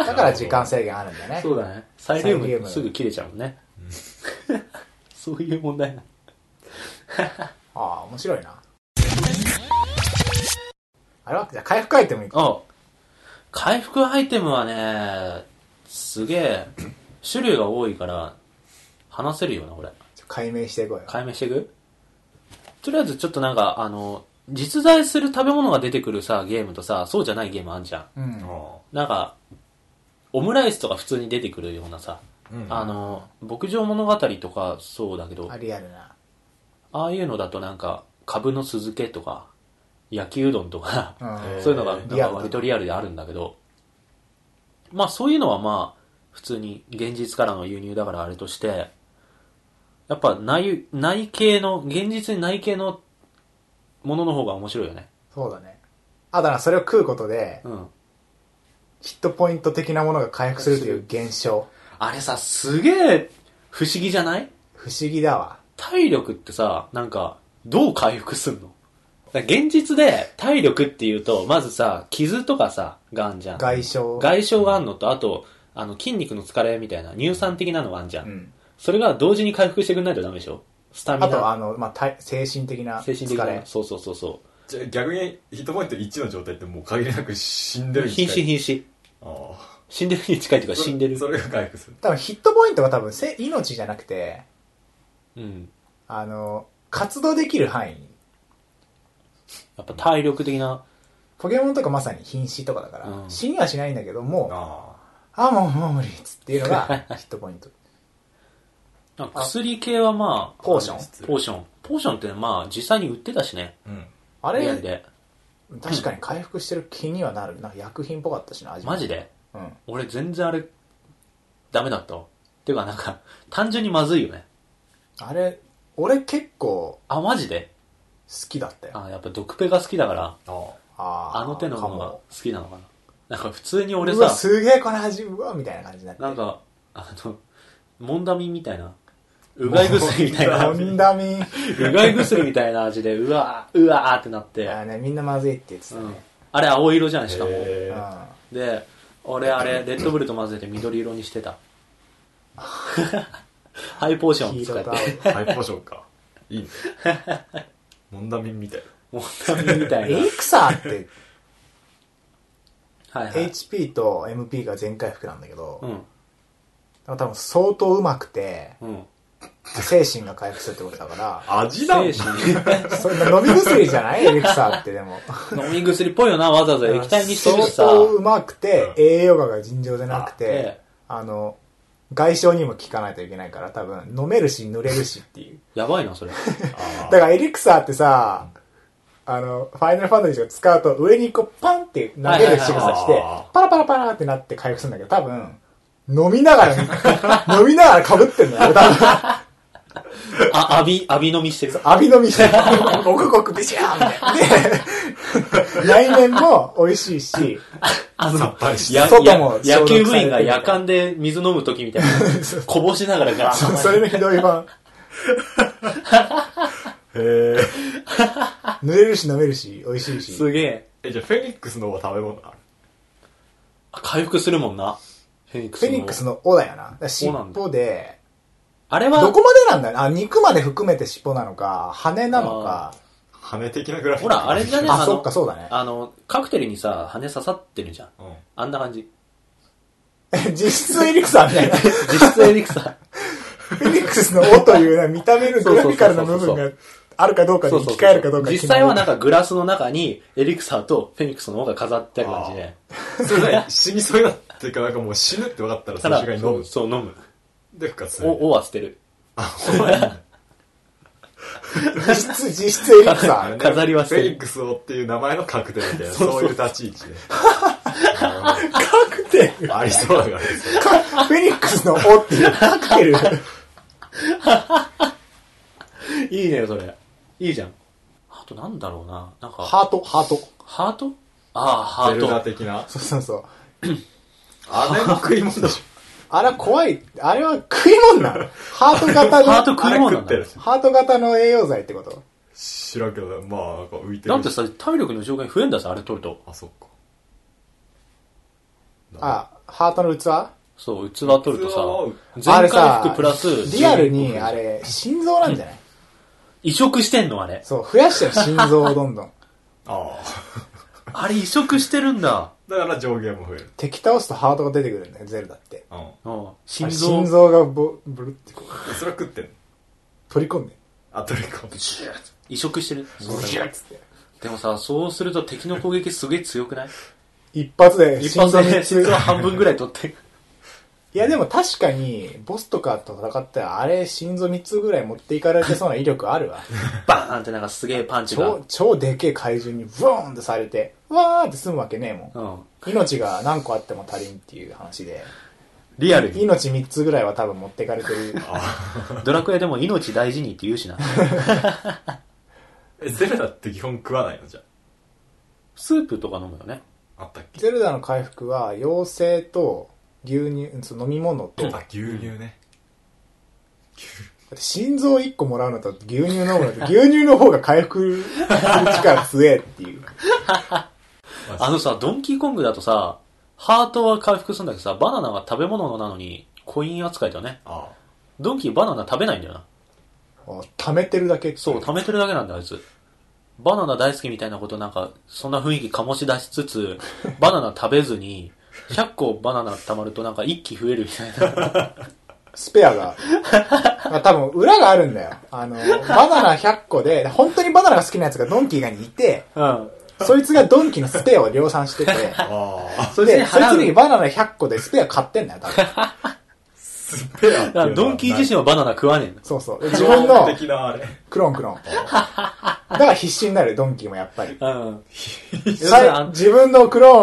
Speaker 3: だから時間制限あるんだよ
Speaker 1: う。
Speaker 3: ね。
Speaker 1: そうだね。サイリウムすぐ切れちゃうもんね。 そういう問題なの。
Speaker 3: ああ、面白いな。あれはじゃあ回復アイテムいく
Speaker 1: あ回復アイテムはね、すげえ、種類が多いから、話せるよな、これ。
Speaker 3: 解明していこうよ。
Speaker 1: 解明していくとりあえずちょっとなんか、あの、実在する食べ物が出てくるさ、ゲームとさ、そうじゃないゲームあんじゃん。
Speaker 3: うん。
Speaker 1: なんか、オムライスとか普通に出てくるようなさ、
Speaker 2: うん
Speaker 1: あの、牧場物語とかそうだけど、
Speaker 3: あ、リアルな。
Speaker 1: ああいうのだとなんか、株の酢漬けとか、焼きうどんとか、
Speaker 3: うん。
Speaker 1: そういうのが
Speaker 2: えー
Speaker 1: なん
Speaker 3: リア
Speaker 1: か
Speaker 3: ルだ
Speaker 1: 割とリアルであるんだけど、まあそういうのはまあ普通に現実からの輸入だからあれとして、やっぱ内内系の、現実に内系のものの方が面白いよね。
Speaker 3: そうだね。あ、だからそれを食うことで、
Speaker 1: うん。
Speaker 3: ヒットポイント的なものが回復するという現象。
Speaker 1: あれさ、すげえ不思議じゃない
Speaker 3: 不思議だわ。
Speaker 1: 体力ってさ、なんかどう回復すんのだから現実で体力っていうと、まずさ、傷とかさ、があんじゃん。
Speaker 3: 外傷。
Speaker 1: 外傷があんのと、あと、あの、筋肉の疲れみたいな、乳酸的なのがあんじゃん。
Speaker 3: うん。
Speaker 1: それが同時に回復してくんないとダメでしょスタミ
Speaker 3: あと、
Speaker 1: ナ、
Speaker 3: あの、まあ、体精神的な
Speaker 1: 精神的
Speaker 3: 疲れ
Speaker 1: な。。そうそうそうそ
Speaker 2: じゃあ逆にヒットポイント1の状態ってもう限りなく死んで
Speaker 1: う。
Speaker 2: るに近
Speaker 1: 瀕死
Speaker 2: い
Speaker 1: 瀕死。
Speaker 2: ああ
Speaker 1: 死んでるに近いというか死んでる
Speaker 2: そ。れそれが回復する
Speaker 3: 多分ヒットポイントが多分せ、命じゃなくて、
Speaker 1: うん。
Speaker 3: あの、活動できる範囲。
Speaker 1: やっぱ体力的な。
Speaker 3: ポケモンとかまさに瀕死とかだから、
Speaker 1: うん
Speaker 3: 死にはしないんだけども、
Speaker 2: あ
Speaker 3: あ、もう、もう無理っつっていうのがヒットポイント。
Speaker 1: なんか薬系はまあ、
Speaker 3: ポーション。
Speaker 1: ポーション。ポーションってまあ実際に売ってたしね。
Speaker 2: あうん
Speaker 3: あ
Speaker 1: リアル
Speaker 3: れ、
Speaker 1: で。
Speaker 3: 確かに回復してる気にはなる。なんか薬品っぽかったしな、味も
Speaker 1: マジで
Speaker 3: うん。
Speaker 1: 俺全然あれ、ダメだったわ。てかなんか、単純にまずいよね。
Speaker 3: あれ、俺結構
Speaker 1: あ、マジで
Speaker 3: 好きだったよ。
Speaker 1: あ、やっぱ毒ペが好きだから、
Speaker 2: あ
Speaker 3: あー
Speaker 1: あの手のも
Speaker 3: か
Speaker 1: のが好
Speaker 3: も
Speaker 1: きなのかな。なんか普通に俺
Speaker 3: うわ、
Speaker 1: さ、
Speaker 3: すげえこの味、うわ、みたいな感じになって。
Speaker 1: なんか、あの、モンダミンみたいな、うがい薬みたいな、
Speaker 3: モ
Speaker 1: う
Speaker 3: ンダミン。
Speaker 1: がい薬みたいな味で、うわー、うわーってなって、
Speaker 3: あーね、みんなまずいって言ってた
Speaker 1: う
Speaker 3: ね。
Speaker 1: ん、あれ青色じゃん、しかも。
Speaker 2: へ
Speaker 3: うん。
Speaker 2: え
Speaker 3: あ
Speaker 1: で、俺あれ、レッドブルと混ぜて緑色にしてた。 ハイポーション使っ
Speaker 3: 黄色と青
Speaker 1: て、
Speaker 2: ハイポーションかいいねモンダミンみたい
Speaker 1: モンダミンみたいな。
Speaker 3: エイクサーって
Speaker 1: はいはい。
Speaker 3: HP と MP が全回復なんだけど、
Speaker 1: うん、
Speaker 3: 多分相当うまくて、
Speaker 1: うん。
Speaker 3: 精神が回復するってことだか
Speaker 2: な味なん
Speaker 1: 精
Speaker 2: だ
Speaker 3: ら、そんな飲み薬じゃないエイクサーってでも。
Speaker 1: 神飲み薬っぽいよな、わざわざ 液体にしてるしさ
Speaker 3: 相。当うまくて、
Speaker 2: う
Speaker 3: 栄養価が尋常じゃなく
Speaker 1: あ
Speaker 3: て
Speaker 1: ええ、
Speaker 3: あの、外傷にも効かないといけないから、多分、飲めるし、塗れるしっていう。
Speaker 1: やばいな、それ。
Speaker 2: あ
Speaker 3: だからエリクサーってさ、あの、ファイナルファンタジーを使うと、上にこう、パンって投げる仕草
Speaker 2: は
Speaker 3: し
Speaker 2: いはい
Speaker 3: て
Speaker 2: はいはい、
Speaker 3: パラパラパラってなって回復するんだけど、多分、飲みながら、 飲みながら被ってんだよ、多分。
Speaker 1: あ、浴び、浴び飲みしてる。
Speaker 3: 浴び飲みして、ゴクゴクビシャーンみたいな。で、内面も美味しいし、
Speaker 1: あ
Speaker 2: さっぱりし
Speaker 1: や
Speaker 3: 外も
Speaker 1: や野球部
Speaker 3: 消毒されて
Speaker 1: 員
Speaker 3: る
Speaker 1: が夜間で水飲む時 みたいな、こぼしながらガーッ
Speaker 3: それのひどい版。
Speaker 2: へえ
Speaker 3: 濡れるし飲めるし、美味しいし。
Speaker 1: すげえ。
Speaker 2: えじゃあフェニックスの方は食べ物ある
Speaker 1: あ回復するもんな。フェニックス
Speaker 3: フ
Speaker 1: の。
Speaker 3: ェニックスの尾だよな。だから尻
Speaker 1: 尾なんだ
Speaker 3: 尾で、
Speaker 1: あれは、
Speaker 3: どこまでなんだよなあ、肉まで含めて尻尾なのか、羽なのか。
Speaker 2: 羽的なグラフ
Speaker 1: ほ
Speaker 2: ィック
Speaker 1: ら、あれじゃね
Speaker 3: あ、
Speaker 1: の
Speaker 3: そっか、そうだね。
Speaker 1: あの、カクテルにさ、羽刺さってるじゃん。
Speaker 2: うん
Speaker 1: あんな 感じ。
Speaker 3: 実質エリクサーみた いな。フ
Speaker 1: 実質エリクサ
Speaker 3: ェニックスの尾というな見た目のグラフィカルな部分があるかどうか
Speaker 1: ー。
Speaker 3: で生き返るかどうか
Speaker 1: 実際はなん
Speaker 3: か
Speaker 1: かグラスの中に、エリクサーとフェニックスの方が飾ってある感じで。
Speaker 2: そ れ何死にそうになっていうかなんかもう死ぬって分かったら
Speaker 1: た
Speaker 2: 最
Speaker 1: だ
Speaker 2: 初から、飲
Speaker 1: そ
Speaker 2: む
Speaker 1: うそう、飲む。
Speaker 2: で復活する
Speaker 1: お、おは捨てる。
Speaker 3: 実質、実質エリクサ
Speaker 2: あれね
Speaker 3: ー。
Speaker 1: 飾りは捨
Speaker 2: フ
Speaker 1: てる
Speaker 2: ェニックスをっていう名前のカクテルみたいなそういう立ち位置で
Speaker 3: カクテル。
Speaker 2: ありそうだからね
Speaker 3: カ フェニックスの尾っていうカクテル。
Speaker 1: いいね、それ。いいじゃん。あとなんだろうな。なんか、
Speaker 3: ハート、ハート。
Speaker 1: ハートああ、ハ
Speaker 2: ゼ
Speaker 1: ー
Speaker 2: ルダ
Speaker 1: ト。
Speaker 2: 的な
Speaker 3: そうそうそう。
Speaker 2: あれも食い物でし
Speaker 3: あれは怖い。あれは食い物なのハート型の。
Speaker 1: ハート食い物
Speaker 2: あ
Speaker 1: な
Speaker 2: れ食
Speaker 1: ん
Speaker 2: って
Speaker 1: だ
Speaker 2: る。
Speaker 3: ハート型の栄養剤ってこと
Speaker 2: ょ知らんけどまあなんか浮いて
Speaker 1: だ
Speaker 2: る
Speaker 1: ってさ、体力の上限増えんだぞ、あれ取ると。
Speaker 2: あそっか
Speaker 3: あ、ハートの器
Speaker 1: そう、器取るとさ、
Speaker 3: あ
Speaker 1: 全回
Speaker 3: れさ
Speaker 1: 復プラス、
Speaker 3: リアルに、
Speaker 1: 15
Speaker 3: あれ、心臓なんじゃない
Speaker 1: 移植してんの、あれ。
Speaker 3: そう、増やしてる心臓をどんど ん。
Speaker 2: あ
Speaker 1: あれ移植してるんだ。
Speaker 2: あだから上限も増える
Speaker 3: 敵倒すとハートが出てくるんだよ、ゼルダって。
Speaker 2: うん
Speaker 1: うん。
Speaker 3: あ
Speaker 1: 心
Speaker 3: れ
Speaker 1: 臓。
Speaker 3: 心臓がボブルってこう、
Speaker 2: それは食ってんの
Speaker 3: 取り込んで。
Speaker 2: あトリコ
Speaker 1: 移植してる。
Speaker 3: ブシュッつって。
Speaker 1: でもさ、そうすると敵の攻撃すげえ強くない
Speaker 3: 一発で
Speaker 1: 一
Speaker 3: 心
Speaker 1: 発
Speaker 3: 臓
Speaker 1: で心
Speaker 3: 3つ
Speaker 1: 臓。半分ぐらい取って。
Speaker 3: いやでも確かに、ボスとかと戦ったら、あれ心臓3つぐらい持っていかれてそうな威力ある わ。
Speaker 1: バーンってなんかすげえパンチが。う
Speaker 3: 超、超でけえ怪獣にブーンってされて、わーって済むわけねえもん。
Speaker 1: ん。
Speaker 3: 命が何個あっても足りんっていう話で。
Speaker 1: リアルに。
Speaker 3: 命3つぐらいは多分持ってかれて る。
Speaker 1: ドラクエでも命大事にって言うしな。
Speaker 2: えゼルダって基本食わないのじゃ
Speaker 1: スープとか飲むよね。
Speaker 2: ああったっけ
Speaker 3: ゼルダの回復は、妖精と牛乳、その飲み物と、だっ
Speaker 2: あ牛乳ね
Speaker 3: て心臓1個もらうのと牛乳飲むのと、牛乳の方が回復する力強えっ ていう。
Speaker 1: あのさ、ドンキーコングだとさ、ハートは回復するんだけどさ、バナナは食べ物なのに、コイン扱いだよね。
Speaker 2: あ
Speaker 1: ドンキーバナナ食べないんだよな。
Speaker 3: あ溜めてるだけってい
Speaker 1: そう、貯めてるだけなんだ、あいつ。バナナ大好きみたいなことなんか、そんな雰囲気醸し出しつつ、バナナ食べずに、100個バナナ溜まるとなんか一気増えるみたいな。
Speaker 3: スペアが。あ多分、裏があるんだよ。あの、バナナ100個で、本当にバナナが好きなやつがドンキーがにいて、
Speaker 1: うん。
Speaker 3: そいつがドンキーのスペアを量産してて、
Speaker 2: あ あ
Speaker 1: それ
Speaker 3: で、
Speaker 1: で
Speaker 3: そいつ
Speaker 1: 払
Speaker 3: に
Speaker 1: う。
Speaker 3: バナナ100個でスペア買ってんだよ、多分。
Speaker 2: ペアっていうの
Speaker 1: だか
Speaker 2: は
Speaker 1: らドンキー自身はバナナ食わねえんだ。
Speaker 3: そ うそう。で自分の、
Speaker 2: 的なあれ
Speaker 3: クロンクロン。だから必死になる、ドンキーもやっ ぱり。
Speaker 1: うん。
Speaker 3: さ
Speaker 1: そうあの
Speaker 3: 自分のクロ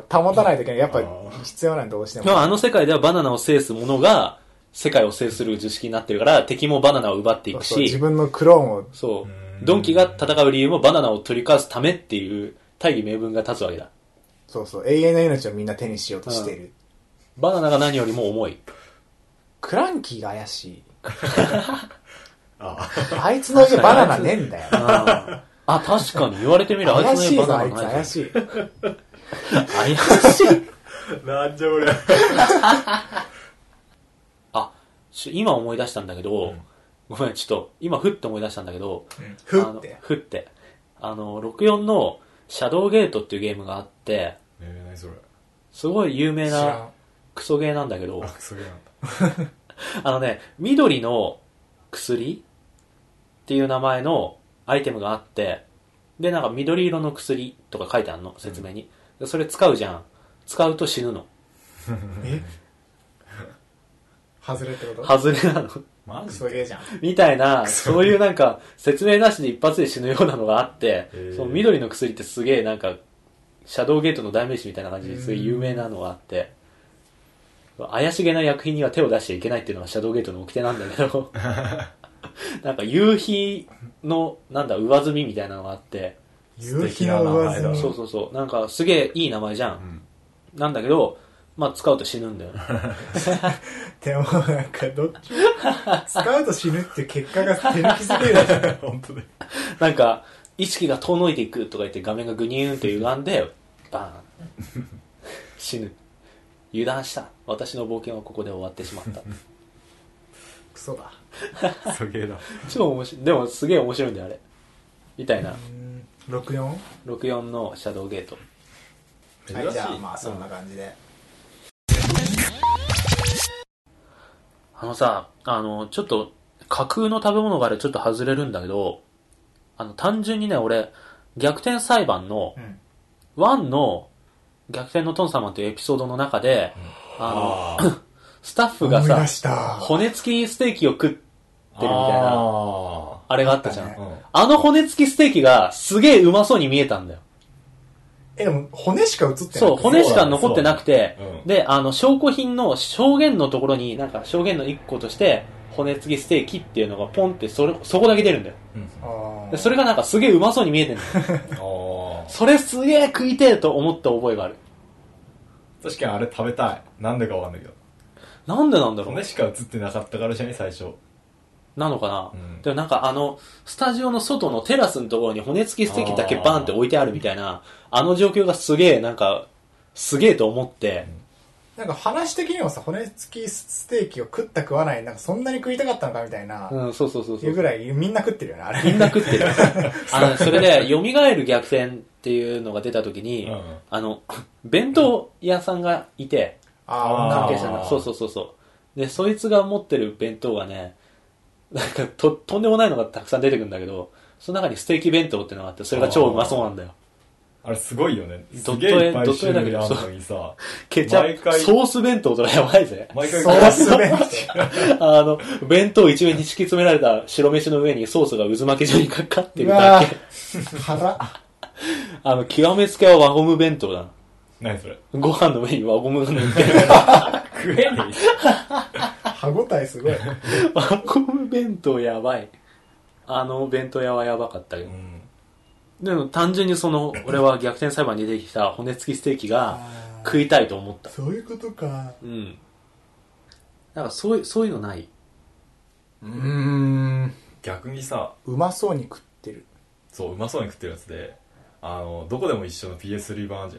Speaker 3: ーンを保たないといけない。やっぱ
Speaker 2: あー
Speaker 3: 必要なんどうして
Speaker 1: でも
Speaker 3: も。
Speaker 1: あの世界ではバナナを制すものが、世界を制する図式になってるから、敵もバナナを奪ってい
Speaker 3: そう
Speaker 1: く
Speaker 3: そう自
Speaker 1: し、
Speaker 3: 分のクローンを。
Speaker 1: そう。ドンキーが戦う理由もバナナを取り返すためっていう大義名分が立つわけだ。
Speaker 3: そうそう。永遠の命をみんな手にしようとしてる。
Speaker 1: バナナが何よりも重い。
Speaker 3: クランキーが怪しい。
Speaker 2: あ
Speaker 3: あいつの家バナナねえんだ よ。
Speaker 1: あ、確かに言われてみればあい
Speaker 3: 怪
Speaker 1: つ
Speaker 3: しい
Speaker 1: の家
Speaker 3: ぞ、
Speaker 1: バナ
Speaker 3: あい
Speaker 1: ナ
Speaker 3: つ
Speaker 1: ないぞ
Speaker 3: 怪しい。
Speaker 1: 怪しい。
Speaker 2: あなんじゃ俺
Speaker 1: あ、ちょ今思い出したんだけど、ごめん、ちょっと、今ふって思い出したんだけど、
Speaker 3: ふ
Speaker 1: あ
Speaker 3: っ
Speaker 1: の
Speaker 3: て。
Speaker 1: ふって。あの、64のシャドウゲートっていうゲームがあって、
Speaker 2: えー何それ
Speaker 1: すごい有名
Speaker 3: 知らん
Speaker 1: なクソゲーなんだけど
Speaker 2: あ、それなんだ
Speaker 1: あのね、緑の薬っていう名前のアイテムがあって、で、なんか緑色の薬とか書いてあるの、説明に。でそれ使うじゃん。使うと死ぬの。
Speaker 3: え外れってこと
Speaker 1: 外れなの。
Speaker 2: マ
Speaker 3: ク
Speaker 2: ジ
Speaker 3: ソゲーじゃん。
Speaker 1: みたいな、そういうなんか、説明なしで一発で死ぬようなのがあって
Speaker 2: へー、
Speaker 1: その緑の薬ってすげえなんか、シャドウゲートの代名詞みたいな感じですごい有名なのがあって、怪しげな薬品には手を出しちゃいけないっていうのがシャドウゲートの掟なんだけ ど、なんか夕日の、なんだ、上積みみたいなのがあって、
Speaker 3: 夕日の上澄
Speaker 2: う
Speaker 3: み
Speaker 2: ん
Speaker 1: そうそうそう。なんかすげえいい名前じゃ。
Speaker 2: うんん
Speaker 1: なんだけど、まあ使うと死ぬんだよね。
Speaker 3: でもなんかどっちも使うと死ぬっていう結果が手抜きすぎるでしょ
Speaker 2: 本当だよ
Speaker 1: なんか、意識が遠のいていくとか言って画面がグニューンって歪んで、バーン。死ぬ。油断した。私の冒険はここで終わってしまった。
Speaker 3: クソだ
Speaker 2: すげえな
Speaker 1: 超面白い。でもすげえ面白いんだよ、あれ。みたいな
Speaker 3: う。ん 64?
Speaker 1: 64のシャドウゲート。
Speaker 3: はいじ
Speaker 2: 珍
Speaker 3: ゃあ
Speaker 2: しい
Speaker 3: まあそんな感じで、
Speaker 1: あのさ、あの、ちょっと、架空の食べ物があれちょっと外れるんだけど、あの、単純にね、俺、逆転裁判の、
Speaker 3: うん
Speaker 1: ワンの逆転のトン様というエピソードの中で、あの、
Speaker 2: あー
Speaker 1: スタッフが
Speaker 3: 思い
Speaker 1: さ
Speaker 3: 出、した
Speaker 1: 骨付きステーキを食ってるみたいな、
Speaker 2: あ
Speaker 1: あれがあったじゃ
Speaker 3: あった
Speaker 1: ん。
Speaker 2: ーうん
Speaker 1: あの骨付きステーキがすげえうまそうに見えたんだよ。
Speaker 3: えでも骨しか映ってない
Speaker 1: そう、骨しか残ってなくて
Speaker 2: そうだね、うん
Speaker 1: で、あの、証拠品の証言のところに、なんか証言の一個として、骨付きステーキっていうのがポンってそれ、そこだけ出るんだよ。
Speaker 2: うん
Speaker 3: あ
Speaker 1: で
Speaker 3: ー
Speaker 1: それがなんかすげえうまそうに見えてんの。
Speaker 2: あー
Speaker 1: それすげえ食いてえと思った覚えがある。
Speaker 2: 確かにあれ食べたいなんでかわかんないけど
Speaker 1: なんでなんだろう
Speaker 2: 骨しか映ってなかったからじゃない最初
Speaker 1: なのかな、
Speaker 2: うん
Speaker 1: でもなんかあの、スタジオの外のテラスのところに骨付きステーキだけバーンって置いてあるみたいな、あの状況がすげえなんか、すげえと思って、
Speaker 3: なんか話的にもさ骨付きステーキを食った食わないなんかそんなに食いたかったのかみたいな、
Speaker 1: うん、そうそうそうそ
Speaker 3: いうぐ
Speaker 1: う。
Speaker 3: らいみんな食ってるよねあれ
Speaker 1: みんな食ってる。 あの、それで、蘇る逆転っていうのが出た時に、
Speaker 2: うんうん
Speaker 1: あの、弁当屋さんがいて、
Speaker 3: あ
Speaker 2: ー
Speaker 3: あ
Speaker 1: 関
Speaker 3: 女
Speaker 1: 係
Speaker 3: の子
Speaker 1: 者の
Speaker 2: あー
Speaker 1: そうそうそうそう。で、そいつが持ってる弁当がね、なんかと、とんでもないのがたくさん出てくるんだけど、その中にステーキ弁当ってのがあって、それが超うまそうなんだよ。
Speaker 2: あれすごいよね
Speaker 1: ドット絵
Speaker 2: すげえいっぱ
Speaker 1: ド
Speaker 2: い
Speaker 1: ット絵
Speaker 2: 種
Speaker 1: だけ
Speaker 2: 類
Speaker 1: ど
Speaker 2: あんのにさ
Speaker 1: ケチャ
Speaker 2: 毎
Speaker 1: ップ、
Speaker 2: 回
Speaker 1: ソース弁当とかやばいぜ。
Speaker 2: 毎回
Speaker 3: ソースベンチ
Speaker 1: あの、弁当一面に敷き詰められた白飯の上にソースが渦巻き状にかかって
Speaker 3: う
Speaker 1: るだ
Speaker 3: わ
Speaker 1: け。
Speaker 3: ー腹
Speaker 1: あの、極めつけは輪ゴム弁当だな。
Speaker 2: 何それ
Speaker 1: ご飯の上に輪ゴムが乗ってる。
Speaker 2: 食えねえし
Speaker 3: 歯ごたえすごい
Speaker 1: 輪ゴム弁当やばい。あの弁当屋はやばかったけ
Speaker 2: う
Speaker 1: ど。
Speaker 2: ん
Speaker 1: でも単純にその、俺は逆転裁判に出てきた骨付きステーキが食いたいと思った。
Speaker 3: そういうことか
Speaker 1: うん。なんかそういう、そういうのない。
Speaker 3: うーん
Speaker 2: 逆にさ
Speaker 3: うまそうに食ってる
Speaker 2: そううまそうに食ってるやつであのどこでも一緒の PS3 版あるじ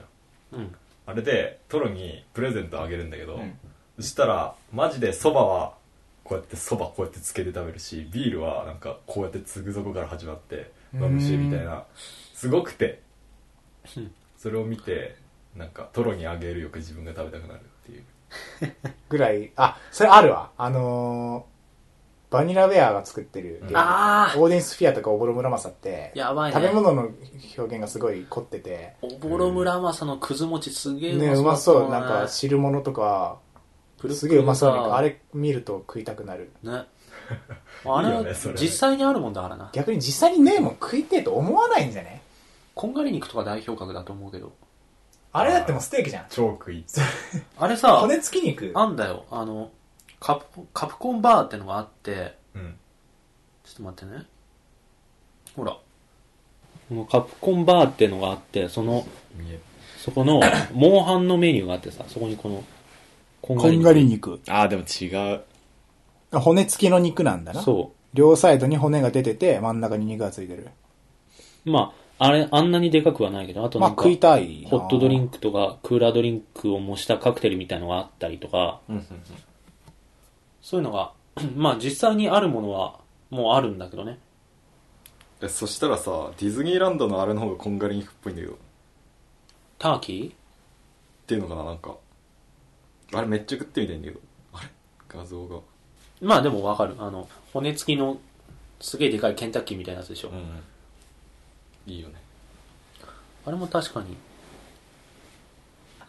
Speaker 2: ゃん
Speaker 1: うん。
Speaker 2: あれでトロにプレゼントあげるんだけど、
Speaker 3: うん
Speaker 2: そしたらマジでそばはこうやってそばこうやってつけて食べるしビールはなんかこうやって継ぐ底から始まって飲むし
Speaker 3: うーん
Speaker 2: みたいなすごくて
Speaker 1: うん
Speaker 2: それを見てなんかトロにあげるよく自分が食べたくなるっていう
Speaker 3: ぐらいあそれあるわあのーバニラウェアが作ってるゲーム、
Speaker 1: あー
Speaker 3: オーデンスフィアとかオボロムラマサって
Speaker 1: やばいね
Speaker 3: 食べ物の表現がすごい凝ってて
Speaker 1: おぼろ村正のくず餅すげえ
Speaker 3: ねうまそうなんか汁物とかすげえうまそうにあれ見ると食いたくなる
Speaker 1: ね。あれ
Speaker 2: いいよ
Speaker 1: は
Speaker 2: ねそれ
Speaker 1: 実際にあるもんだからな。
Speaker 3: 逆に実際にねえもん食いてえと思わないんじゃね
Speaker 1: こんがり肉とか代表格だと思うけど。
Speaker 3: あれだってもうステーキじゃん
Speaker 2: 超食い
Speaker 1: あれさ、
Speaker 3: 骨付き肉
Speaker 1: あんだよ。あの、カプカプコンバーってのがあって、
Speaker 2: うん
Speaker 1: ちょっと待ってね。ほら。このカプコンバーってのがあって、その、
Speaker 2: 見える
Speaker 1: そこの、モンハンのメニューがあってさ、そこにこの、こんがり肉。
Speaker 3: 肉
Speaker 2: ああでも違う
Speaker 3: 骨付きの肉なんだ
Speaker 1: そ
Speaker 3: 両サイドに骨が出てて真ん中に肉がついてる
Speaker 1: う。まあ、あれ、あんなにでかくはないけど、あと
Speaker 3: ま
Speaker 1: な
Speaker 3: あ
Speaker 1: んか、
Speaker 3: 食いたい
Speaker 1: ホットドリ
Speaker 3: ク
Speaker 1: ンクとか、クーラードリンクを模したカクテルみたいのがあったりとか、
Speaker 2: うんうん
Speaker 1: そういうのが、 まあ実際にあるものは、もうあるんだけどね。
Speaker 2: えそしたらさディズニーランドのあれの方がこんがり肉っぽいんだけどっ
Speaker 1: ターキ
Speaker 2: ていうのかななんかあれめっちゃ食ってみたいんだけどあれ画像が
Speaker 1: ーまあでもわかる。あの、骨付きの、すげえでかいケンタッキーみたいなやつでしょ。
Speaker 2: んいいよね
Speaker 1: あれも確かに。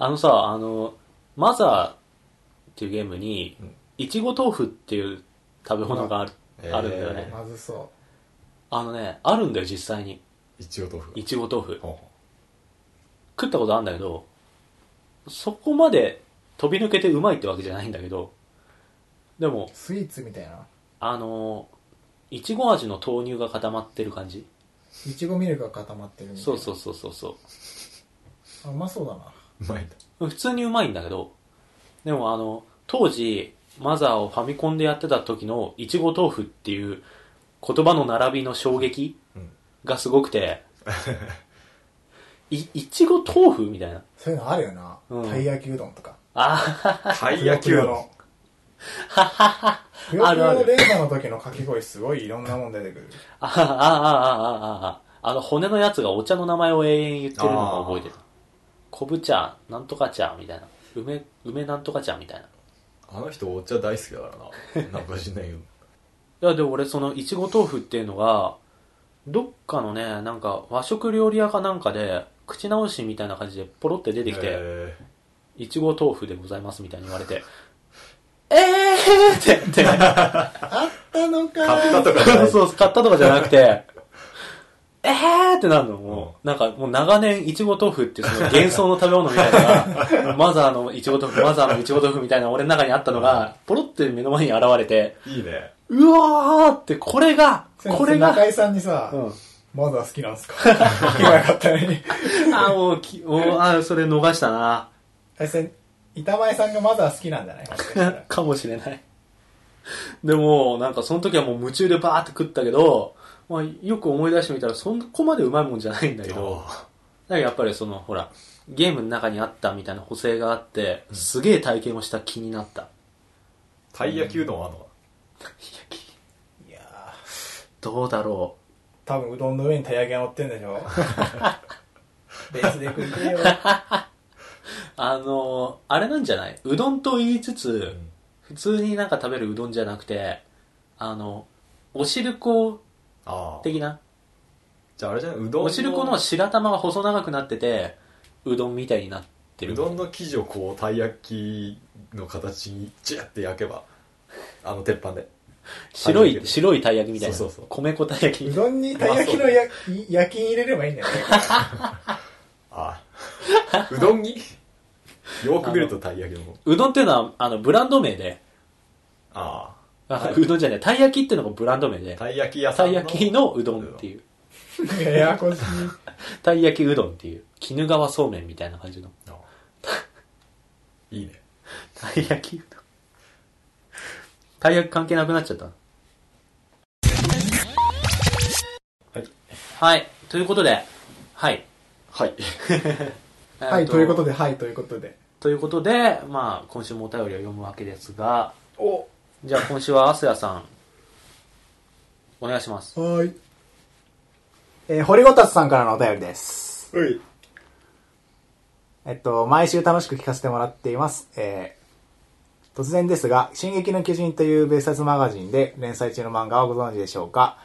Speaker 1: あのさ、あの、マザーっていうゲームに
Speaker 2: うん、
Speaker 1: いちご豆腐っていう食べ物がある,、
Speaker 2: うん
Speaker 1: あるんだよね
Speaker 2: え。
Speaker 3: まずそ
Speaker 1: あのね、あるんだよ実際に。
Speaker 2: いちご豆腐
Speaker 1: いちご豆腐。
Speaker 2: ほ
Speaker 1: 食ったことあるんだけど、そこまで飛び抜けてうまいってわけじゃないんだけど、でも
Speaker 3: う、スイーツみたいな
Speaker 1: あの、いちご味の豆乳が固まってる感じ
Speaker 4: いちごミルクが固まってるみたいな
Speaker 1: そうそうそうそうそう
Speaker 4: あうまそうだな
Speaker 2: うまいんだ
Speaker 1: 普通にうまいんだけど、でもあの、当時、マザーをファミコンでやってた時の、いちご豆腐っていう言葉の並びの衝撃
Speaker 2: うん
Speaker 1: がすごくて、い、いちご豆腐みたいな。
Speaker 4: そういうのあるよな、
Speaker 1: うん
Speaker 4: たい焼きうどんとか
Speaker 1: あ
Speaker 2: たい焼きうどん
Speaker 4: ふよ
Speaker 1: あ
Speaker 4: ふ
Speaker 1: るあ
Speaker 4: よ
Speaker 1: る
Speaker 4: の連打の時のかき声すごいいろんなもん出てくる
Speaker 1: あ、ああ、ああ、ああ、ああ、あの骨のやつがお茶の名前を永遠言ってるのが覚えてる。昆布茶、なんとか茶、みたいな。梅、梅なんとか茶、みたいな。
Speaker 2: あの人お茶大好きだからななんか知んないけど
Speaker 1: いや、でも俺、その、いちご豆腐っていうのが、どっかのね、なんか、和食料理屋かなんかで、口直しみたいな感じで、ポロって出てきて、
Speaker 2: え
Speaker 1: いちご豆腐でございますみたいに言われて、えーって言って、
Speaker 4: あったのか
Speaker 2: ー買ったとかじ ゃ
Speaker 1: そ
Speaker 2: な
Speaker 1: う
Speaker 2: い
Speaker 1: そう、買ったとかじゃなくて、 えーってなるのも、なんかもう長年、いちご豆腐っていうその幻想の食べ物みたいなの が、マザーのいちご豆腐、マザーのいちご豆腐みたいな俺の中にあったのが、ポロって目の前に現れて、
Speaker 2: いいね
Speaker 1: うわーって、これが、こ
Speaker 4: こ
Speaker 1: れ
Speaker 4: れ
Speaker 1: が、
Speaker 4: 中井さんにさ、
Speaker 1: うん
Speaker 4: マザー好きなんすか 今よかったのに
Speaker 1: あ、もうき、おあー、それ逃したな。
Speaker 4: あいつ板前さんがマザー好きなんじゃ ないもしかしたら
Speaker 1: かもしれない。でも、なんかその時はもう夢中でバーって食ったけど、まあ、よく思い出してみたらそこまでうまいもんじゃないんだけど、
Speaker 2: あ
Speaker 1: だからやっぱりその、ほら、ゲームの中にあったみたいな補正があって、すげえ体験をした気になった。
Speaker 2: ーたい焼きうどんあんのか
Speaker 4: いやー
Speaker 1: どうだろ
Speaker 4: 多分うどんの上にたい焼きが乗ってんでし ょベースで食ってよ
Speaker 1: う。あのーあれなんじゃないうどんと言いつつ、普通になんか食べるうどんじゃなくて、あの、おしるこ
Speaker 2: なああ
Speaker 1: 的な
Speaker 2: じゃああれじゃないうどん
Speaker 1: おしるこの白玉が細長くなっててうどんみたいになってる
Speaker 2: うどんの生地をこうたい焼きの形にジュッて焼けばあの鉄板で
Speaker 1: 白
Speaker 2: たい焼
Speaker 1: い
Speaker 2: き
Speaker 1: 白いたい焼きみたいな
Speaker 2: そうそうそう
Speaker 1: 米粉たい焼き
Speaker 4: うどんにたい焼きのや焼き印入れればいいんじゃない
Speaker 2: あ あうどんによく見るとたい焼きの
Speaker 1: うどんっていうのはあのブランド名で、あ
Speaker 2: あはいう
Speaker 1: どんじゃないたい焼きっていうのがブランド名で
Speaker 2: あたい焼き屋さ
Speaker 1: た
Speaker 2: ん
Speaker 1: い焼きのうどんっていう
Speaker 4: ややこしい
Speaker 1: たい焼きうどんっていう絹川そうめんみたいな感じの
Speaker 2: ああいいね
Speaker 1: たい焼きうどんたい焼き関係なくなっちゃった
Speaker 2: はい
Speaker 1: はいということではい
Speaker 2: はい
Speaker 4: はいということ
Speaker 1: で
Speaker 4: ではいということで
Speaker 1: ということでまあ今週もお便りを読むわけですが
Speaker 4: お
Speaker 1: じゃあ今週はアスヤさん、お願いします。
Speaker 4: はーい
Speaker 3: えー堀ごたつさんからのお便りです。
Speaker 2: うい
Speaker 3: えっと、毎週楽しく聞かせてもらっています。えー突然ですが、進撃の巨人という別冊マガジンで連載中の漫画をご存知でしょうか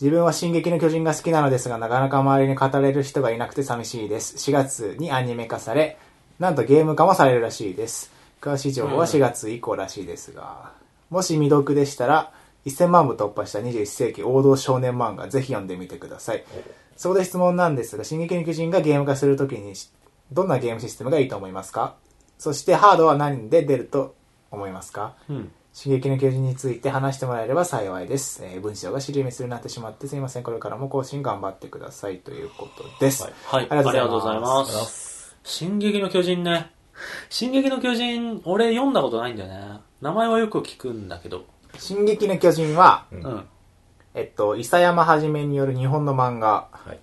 Speaker 3: 自分は進撃の巨人が好きなのですが、なかなか周りに語れる人がいなくて寂しいです。4月にアニメ化され、なんとゲーム化もされるらしいです。詳しい情報は4月以降らしいですが、もし未読でしたら、1000万部突破した21世紀王道少年漫画、ぜひ読んでみてください。そこで質問なんですが、進撃の巨人がゲーム化するときにし、どんなゲームシステムがいいと思いますかそしてハードは何で出ると思いますか
Speaker 1: うん。
Speaker 3: 進撃の巨人について話してもらえれば幸いです。えー文章が尻滅するようになってしまってすいません。これからも更新頑張ってくださいということです。
Speaker 2: はい
Speaker 1: はい、あ
Speaker 3: あ
Speaker 1: りがと
Speaker 3: りがと
Speaker 1: う
Speaker 3: う
Speaker 1: ご
Speaker 3: ご
Speaker 1: ざ
Speaker 3: ざ
Speaker 1: い
Speaker 3: い
Speaker 1: ま。
Speaker 3: ます
Speaker 1: 進撃の巨人ね。進撃の巨人、俺読んだことないんだよね。名前はよく聞くんだけど。
Speaker 3: 進撃の巨人は、
Speaker 2: うん
Speaker 1: うん。
Speaker 3: えっと、伊佐山はじめによる日本の漫画、
Speaker 2: はい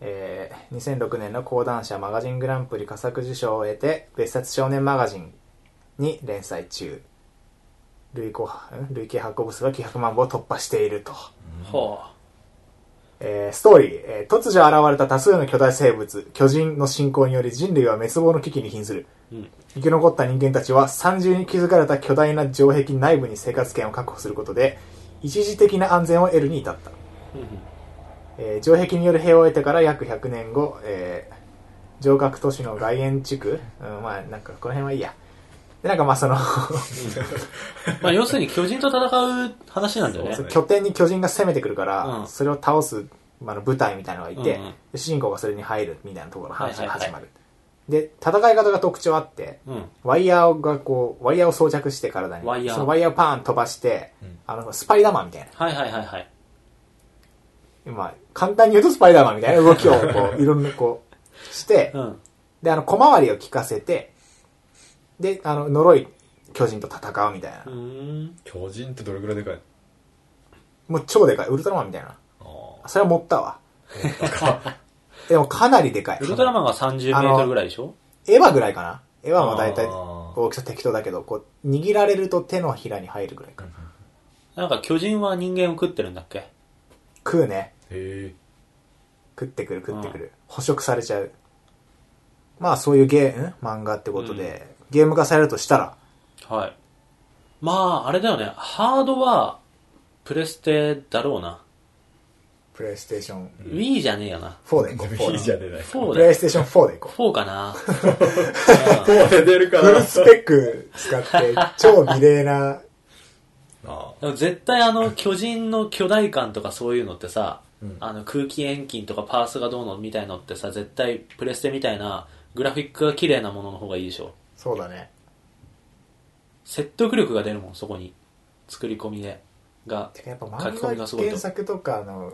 Speaker 3: えー2006年の講談社マガジングランプリ佳作受賞を得て、別冊少年マガジンに連載中。累計ん累計発行部数が900万部を突破していると。
Speaker 1: ほ
Speaker 3: えーストーリー、えー突如現れた多数の巨大生物、巨人の侵攻により人類は滅亡の危機に瀕する。
Speaker 1: うん
Speaker 3: 生き残った人間たちは三重に築かれた巨大な城壁内部に生活圏を確保することで、一時的な安全を得るに至った。
Speaker 1: う。うんうん
Speaker 3: えー城壁による平和を得てから約100年後、えー城郭都市の外縁地区、うん、まあなんかこの辺はいいや。で、なんかまあその、
Speaker 1: まあ要するに巨人と戦う話なんだよね
Speaker 2: そう。ね
Speaker 3: 拠点に巨人が攻めてくるから、
Speaker 1: うん
Speaker 3: それを倒す、まあ、の部隊みたいなのがいて、
Speaker 1: うんうん
Speaker 3: 主人公がそれに入るみたいなところの話が始ま
Speaker 1: はいはい
Speaker 3: る。で、戦い方が特徴あって、
Speaker 1: うん。
Speaker 3: ワイヤーがこう、ワイヤーを装着して体に。
Speaker 1: ワイヤー
Speaker 3: そのワイヤーをパーン飛ばして、
Speaker 2: うん
Speaker 3: あの、スパイダーマンみたいな。
Speaker 1: はいはいはいはい。
Speaker 3: まあ、簡単に言うとスパイダーマンみたいな動きをこう、いろんなこう、して、
Speaker 1: うん。
Speaker 3: で、あの、小回りを効かせて、で、あの、呪い巨人と戦うみたいな
Speaker 1: う。ーん。
Speaker 2: 巨人ってどれぐらいでかい
Speaker 3: もう超でかい。ウルトラマンみたいな。
Speaker 2: の
Speaker 3: それは持ったわ。でもかなりでかい。
Speaker 1: ウルトラマンが30メートルぐらいでしょ
Speaker 3: エヴァぐらいかな。エヴァも大体
Speaker 2: あー
Speaker 3: 大きさ適当だけど、こう、握られると手のひらに入るぐらいかな。
Speaker 1: なんか巨人は人間を食ってるんだっけ
Speaker 3: 食うね。
Speaker 2: へえ
Speaker 3: 食ってくる食ってくる。捕食されちゃう。まあそういうゲーム、漫画ってことで、ゲーム化されるとしたら、
Speaker 1: はい。まあ、あれだよね。ハードは、プレステだろうな。
Speaker 3: プレイステーション
Speaker 1: Wii じゃねえよな。
Speaker 3: 4でいこう。4
Speaker 2: いいじゃねえない
Speaker 1: 4
Speaker 3: プ
Speaker 1: だ
Speaker 3: レ
Speaker 1: よ
Speaker 3: イ。ステーション4でいこう。
Speaker 1: 4かな。
Speaker 2: 4で出るか
Speaker 3: フル
Speaker 2: な
Speaker 3: スペック使 って、超美麗な、
Speaker 2: あ
Speaker 1: でも絶対あの巨人の巨大感とかそういうのってさ、
Speaker 2: うん
Speaker 1: あの空気遠近とかパースがどうのみたいのってさ絶対プレステみたいなグラフィックが綺麗なものの方がいいでしょ
Speaker 3: そうだね。
Speaker 1: 説得力が出るもんそこに作り込みでが
Speaker 3: てかやっぱ
Speaker 1: 書き込み
Speaker 3: 漫
Speaker 1: が
Speaker 3: 画
Speaker 1: すごい
Speaker 3: 原
Speaker 1: と
Speaker 3: 作とかの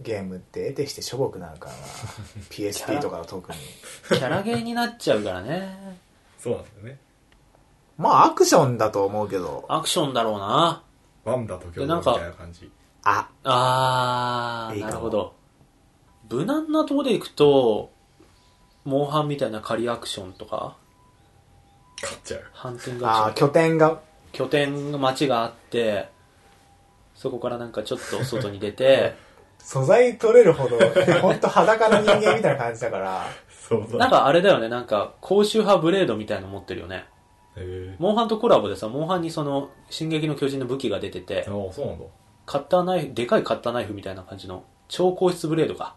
Speaker 3: ゲームって得てしてしょぼくなる からな。PSP とかの特に。
Speaker 1: キャラゲーになっちゃうからね
Speaker 2: そうなんだよね
Speaker 3: まあアクションだと思うけど、
Speaker 1: アクションだろうな
Speaker 2: ワンダと京
Speaker 1: でな
Speaker 2: 都
Speaker 1: ん
Speaker 2: み
Speaker 1: か
Speaker 2: たいな感じ
Speaker 3: あ、
Speaker 1: あー
Speaker 3: いいか
Speaker 1: なる
Speaker 3: も
Speaker 1: ほど無難なとこでいくとモンハンみたいな仮アクションとか
Speaker 2: 買っちゃう
Speaker 1: ハンティングアクショ
Speaker 3: あ
Speaker 1: ン
Speaker 3: ー拠点が、
Speaker 1: 拠点の街があってそこからなんかちょっと外に出 て
Speaker 3: 素材取れ るほど、ほんと裸の人間みたいな感じだから、
Speaker 2: そうだ
Speaker 1: なんかあれだよねなんか高周波ブレードみたいの持ってるよね
Speaker 2: へ
Speaker 1: モンハンとコラボでさモンハンにその「進撃の巨人」の武器が出てて
Speaker 2: えああそうなんだ
Speaker 1: カッターナイフでかいカッターナイフみたいな感じの超硬質ブレードか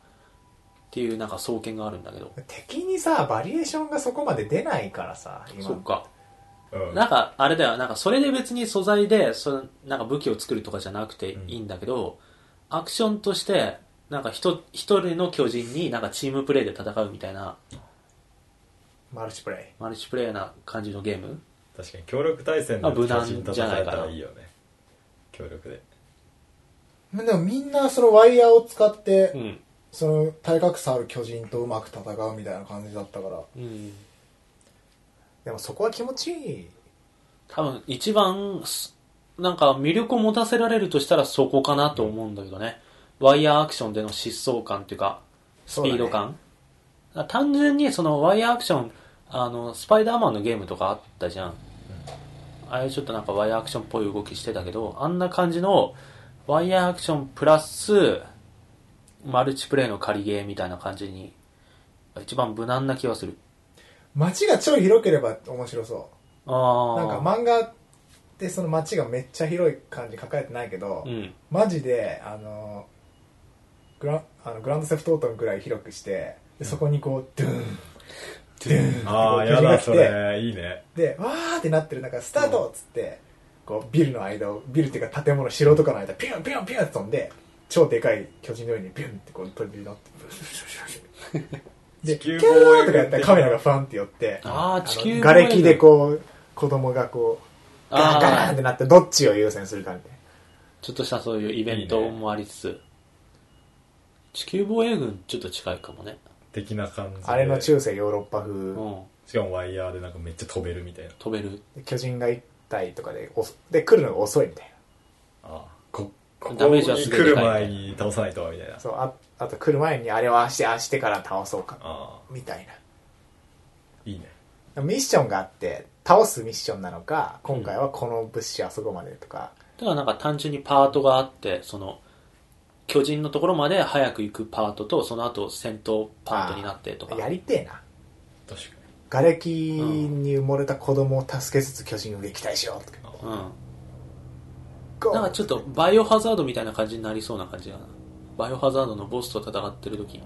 Speaker 1: っていうなんか双剣があるんだけど
Speaker 3: 敵にさ、バリエーションがそこまで出ないからさ、
Speaker 1: そ
Speaker 3: 今
Speaker 1: っ。か
Speaker 2: うん
Speaker 1: なんかあれだよなんかそれで別に素材でそのなんか武器を作るとかじゃなくて
Speaker 2: うん
Speaker 1: いいんだけど、アクションとしてなんか一一人の巨人になんかチームプレーで戦うみたいな
Speaker 3: マルチプレ
Speaker 1: マルチプレイヤーな感じのゲーム
Speaker 2: 確かに協力対戦で
Speaker 1: あ無
Speaker 2: 巨
Speaker 1: 難
Speaker 2: 人
Speaker 1: じゃ
Speaker 2: 戦
Speaker 1: ない
Speaker 2: え
Speaker 1: か
Speaker 2: た
Speaker 1: な
Speaker 2: らいいよね協 力で
Speaker 5: でもみんなそのワイヤーを使って、
Speaker 1: うん、
Speaker 5: その体格差ある巨人とうまく戦うみたいな感じだったから
Speaker 1: うん、
Speaker 3: イ。でもそこは気持ちいい。
Speaker 1: 多分一番すなんか魅力を持たせられるとしたらそこかなと思うんだけどね、ワイヤーアクションでの疾走感っていうかスピード感、だから単純にそのワイヤーアクションあのスパイダーマンのゲームとかあったじゃん、あれちょっとなんかワイヤーアクションっぽい動きしてたけどあんな感じのワイヤーアクションプラスマルチプレイの仮ゲーみたいな感じに一番無難な気はする
Speaker 5: 街が超広ければ面白そ
Speaker 1: あ
Speaker 5: う
Speaker 1: あ
Speaker 5: なんか漫画ってその街がめっちゃ広い感じ書かれてないけど、
Speaker 1: うん
Speaker 5: マジであのグラあのグランドセフトオートンぐらい広くしてでそこにこうドゥーン
Speaker 2: ああやだそれいいね
Speaker 5: でわーってなってる中スタートっつって、こうビルの間をビルっていうか建物城とかの間ピュンピュンピュンって飛んで超でかい巨人のようにビュンってこう飛び乗ってブシュシュシュシュで
Speaker 2: 地球
Speaker 5: キャ
Speaker 2: 防衛
Speaker 5: ーとかやったらカメラがファンって寄って
Speaker 1: ああ
Speaker 5: の
Speaker 1: 地球
Speaker 3: 瓦礫でこう、子供がこう、ガランガラン
Speaker 1: あ
Speaker 3: っ
Speaker 1: あ
Speaker 3: てなって、どっちを優先するかみたいな。
Speaker 1: ちょっとしたそういうイベントもありつつ地球防衛軍ちょっと近いかもね
Speaker 2: 的な感じで
Speaker 3: あれの中世ヨーロッパ風、
Speaker 1: うん
Speaker 2: しかもワイヤーでなんかめっちゃ飛べるみたいな
Speaker 1: 飛べる
Speaker 3: で巨人が一体とかで、おで、来るのが遅いみたい
Speaker 2: ああこここ
Speaker 1: ダメージは
Speaker 2: に
Speaker 1: す
Speaker 2: 来
Speaker 1: ごいで
Speaker 2: る
Speaker 1: かい
Speaker 2: 前に倒さないとみたいな
Speaker 3: な。そう、ああと来る前に、あれはああして、ああしてから倒そうか、
Speaker 2: ああ
Speaker 3: みたい
Speaker 2: いいね
Speaker 3: な。ミッションがあって、倒すミッションなのか、今回はこの物資あそこまでとか、
Speaker 1: だからなんか単純にパートがあってその巨人のところまで早く行くパートとその後戦闘パートになってとか
Speaker 3: やりてえな。
Speaker 2: 確かに
Speaker 3: 瓦礫に埋もれた子供を助けつつ巨人を撃退しようとか。
Speaker 1: うん
Speaker 3: ゴー
Speaker 1: なんかちょっとバイオハザードみたいな感じになりそうな感じだなバイオハザードのボスと戦ってる時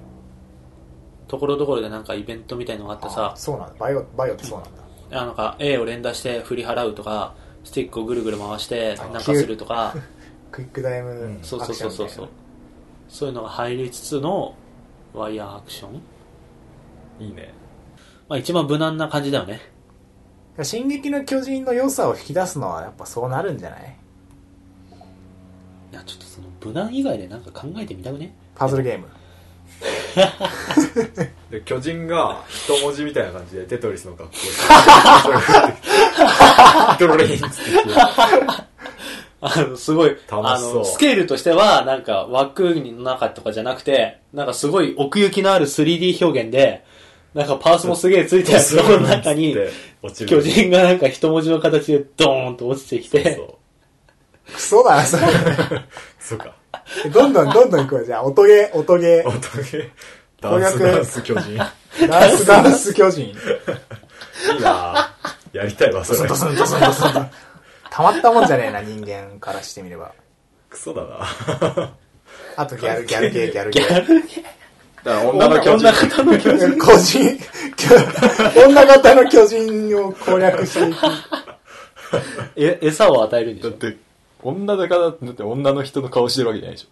Speaker 1: ところどころでなんかイベントみたいのがあってさ
Speaker 3: あそうなんだ。バイオ、バイオってそうなんだ。
Speaker 1: あのか A を連打して振り払うとかスティックをぐるぐる回してなんかするとか
Speaker 3: クイックダイムアクションみたいな、
Speaker 1: そうそうそうそうそうそういうのが入りつつのワイヤーアクション、
Speaker 2: いいね
Speaker 1: まあ、一番無難な感じだよね
Speaker 3: 進撃の巨人の良さを引き出すのはやっぱそうなるんじゃない
Speaker 1: いやちょっとその無難以外でなんか考えてみたくね
Speaker 3: パズ ルゲーム。
Speaker 2: で巨人が一文字みたいな感じでテトリスの格好してドロリンっつって
Speaker 1: あの、すごい、
Speaker 2: そう
Speaker 1: あの、スケールとしては、なんか枠の中とかじゃなくて、なんかすごい奥行きのある 3D 表現で、なんかパースもすげえついたやつの中に、
Speaker 2: 落ち
Speaker 1: 巨
Speaker 2: る
Speaker 1: 人がなんか一文字の形でドーンと落ちてきて、
Speaker 2: そう
Speaker 3: クソだな、それ。
Speaker 2: そうか
Speaker 3: どんどんどんどん行くわ、じゃあ。音ゲー、音ゲ
Speaker 2: 音ゲダンスダンス巨人いいな
Speaker 3: ー。ダンスダンス巨人。
Speaker 2: あやりたいわそれ
Speaker 3: ドスンドスンドスン。たまったもんじゃねえな、人間からしてみれば。
Speaker 2: クソだな
Speaker 3: あとギャル、ギャルゲー、ギャルゲ
Speaker 1: ギ
Speaker 3: ー。
Speaker 1: ャルゲ
Speaker 2: だから女
Speaker 1: ー
Speaker 2: の巨
Speaker 1: 女
Speaker 2: 人
Speaker 1: 型の巨人。
Speaker 3: 個人、女型の巨人を攻略していく。
Speaker 1: え、餌を与えるんでし
Speaker 2: だっ
Speaker 1: ょ
Speaker 2: て女だからだって女の人の顔してるわけじゃないでしょ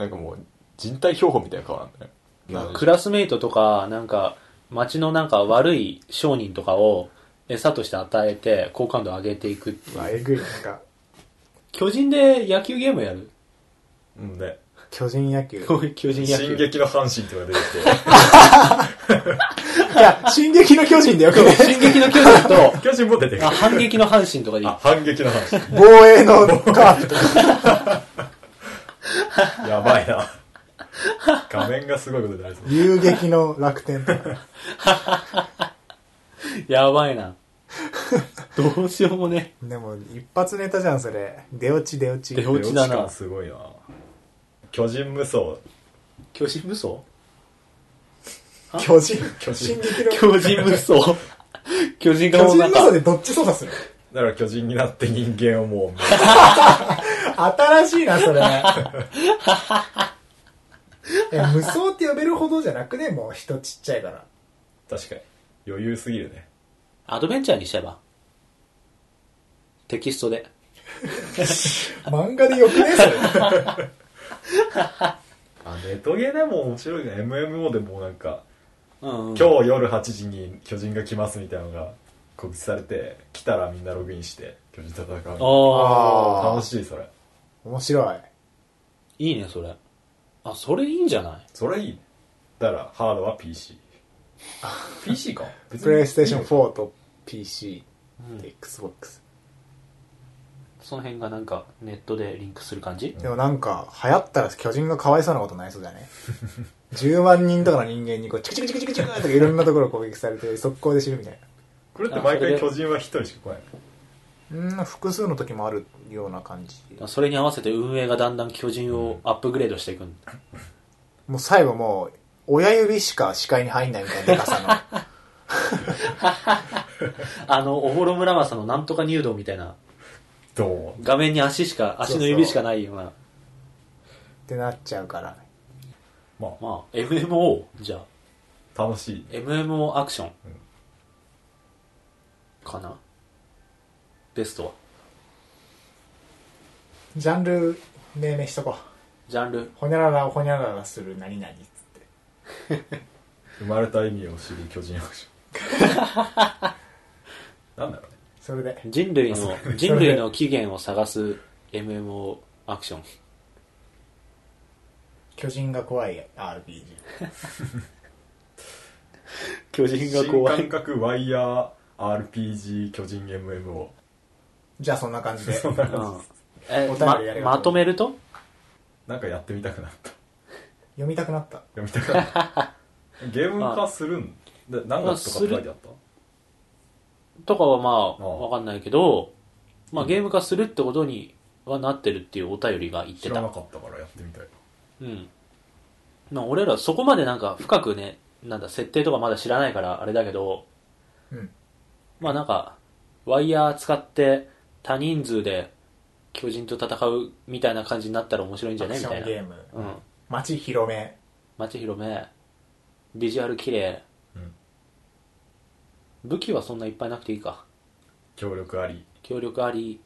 Speaker 2: なんかもう人体標本みたいな顔なんだよなん
Speaker 1: クラスメイトとか、なんか、街のなんか悪い商人とかを餌として与えて、好感度上げていくっていう
Speaker 3: うわ、えぐい。なんか、
Speaker 1: 巨人で野球ゲームやる
Speaker 2: うんね
Speaker 3: 巨人野 球。
Speaker 1: 巨人野球。
Speaker 2: 進撃の阪神とか出てきて
Speaker 3: いや、進撃の巨人だよ、これ。
Speaker 1: 進撃の巨人と、
Speaker 2: 巨人も出てくる
Speaker 1: あ、反撃の阪神とかでいい
Speaker 2: あ。反撃の阪
Speaker 3: 防衛のカープとか。
Speaker 2: 神やばいな画面がすごいことになりそう
Speaker 3: 遊撃の楽天とか。
Speaker 1: やばいな。どうしようもね。
Speaker 3: でも、一発ネタじゃん、それ。出落ち出落
Speaker 1: 出
Speaker 3: ち。
Speaker 1: 落ちだ
Speaker 2: 感
Speaker 1: な。
Speaker 2: すごいな巨人無双
Speaker 1: 巨人武装
Speaker 3: 巨人、
Speaker 2: 巨人
Speaker 3: 進撃の。
Speaker 1: 巨人武装 巨人が
Speaker 3: 巨
Speaker 1: もうな
Speaker 3: 人
Speaker 1: ん
Speaker 3: の中で
Speaker 1: か、
Speaker 3: どっち操作する
Speaker 2: だから巨人になって人間をも
Speaker 3: 新しいな、それ。
Speaker 5: いや無双って呼べるほどじゃなくねもう人ちっちゃいから
Speaker 2: う確かに余裕すぎるね
Speaker 1: アドベンチャーにしちゃえば。テキストで。
Speaker 5: 漫画でよくねそれ
Speaker 2: あネトゲでも面白いね MMO でもなんか
Speaker 1: うん、うん。
Speaker 2: 今日夜8時に巨人が来ますみたいなのが告知されて来たらみんなログインして巨人戦う
Speaker 1: ああ。
Speaker 2: 楽しいそれ
Speaker 3: 面白い。
Speaker 1: いいね、それ。あ、それいいんじゃない
Speaker 2: それいいねだからハードは PCPC か別
Speaker 3: プレイステーション4と PC
Speaker 1: うん、
Speaker 3: Xbox。
Speaker 1: その辺がなんかネットでリンクする感じ、
Speaker 3: でもなんか、流行ったら巨人がかわいそうなことないそうだね。10万人とかの人間にこう、チクチクチクチクチクとかいろんなところを攻撃されて、速攻で死ぬみたいな。
Speaker 2: これって毎回巨人は一人しか来ない
Speaker 3: うん、複数の時もあるような感じ。
Speaker 1: それに合わせて運営がだんだん巨人をアップグレードしていくんだ
Speaker 3: もう最後もう、親指しか視界に入んないみたいなデカさ の。
Speaker 1: あの、おぼろ村正のなんとか入道みたいな、
Speaker 2: どうも
Speaker 1: 画面に足しか、足の指しかないような、
Speaker 3: ってなっちゃうから。
Speaker 2: ま
Speaker 1: まあ、MMO、じゃあ、
Speaker 2: あ楽しい
Speaker 1: MMO アクション、かな。ベストは。
Speaker 3: ジャンル、命名しとこう。
Speaker 1: ジャンル、
Speaker 3: ほにゃらら、ほにゃららする何々っつって。
Speaker 2: 生まれた意味を知る巨人アクションなんだろうね
Speaker 3: それで。
Speaker 1: 人類の、人類の起源を探す MMO アクション。
Speaker 3: 巨人が怖い RPG。
Speaker 1: 巨人が怖
Speaker 2: 新
Speaker 1: い。
Speaker 2: 感覚ワイヤー RPG 巨人 MMO
Speaker 3: じゃあそんな感じで。
Speaker 1: うんえ
Speaker 3: お便りありがとう
Speaker 1: ままとめると
Speaker 2: なんかやってみたくなった
Speaker 3: 読みたくなった。
Speaker 2: 読みたくなった ゲーム化するんで何月とかって書いてあった
Speaker 1: とかはまあ、
Speaker 2: ああ
Speaker 1: わかんないけど、まあゲーム化するってことにはなってるっていうお便りが言って
Speaker 2: 知らな
Speaker 1: た。
Speaker 2: かったからやってみたい
Speaker 1: うん。まあ俺らそこまでなんか深くね、なんだ、設定とかまだ知らないからあれだけど、
Speaker 3: うん
Speaker 1: まあなんか、ワイヤー使って多人数で巨人と戦うみたいな感じになったら面白いんじゃ
Speaker 3: ア
Speaker 1: ね
Speaker 3: ク
Speaker 1: み
Speaker 3: シ
Speaker 1: た
Speaker 3: ョ
Speaker 1: い
Speaker 3: ン
Speaker 1: な
Speaker 3: ゲ。ー
Speaker 1: う
Speaker 3: ム。
Speaker 1: ん。
Speaker 3: 街広め。
Speaker 1: 街広め、ビジュアル綺麗、
Speaker 2: うん
Speaker 1: 武器はそんないっぱいなくていいか。
Speaker 2: 協力あり
Speaker 1: 協力あり、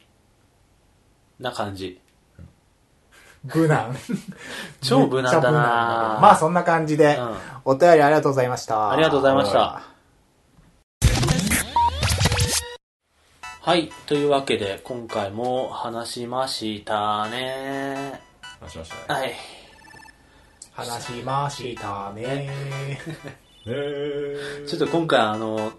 Speaker 1: な感じ。
Speaker 3: 無難。
Speaker 1: 超無難だな
Speaker 3: まあそんな感じで、お便りありがとうございました。
Speaker 1: ありがとうございました
Speaker 3: は
Speaker 1: はい。というわけで、今回も話しましたね。
Speaker 2: 話しましたね
Speaker 1: はい。
Speaker 3: 話しました ね。
Speaker 2: えー
Speaker 1: ちょっと今回あの、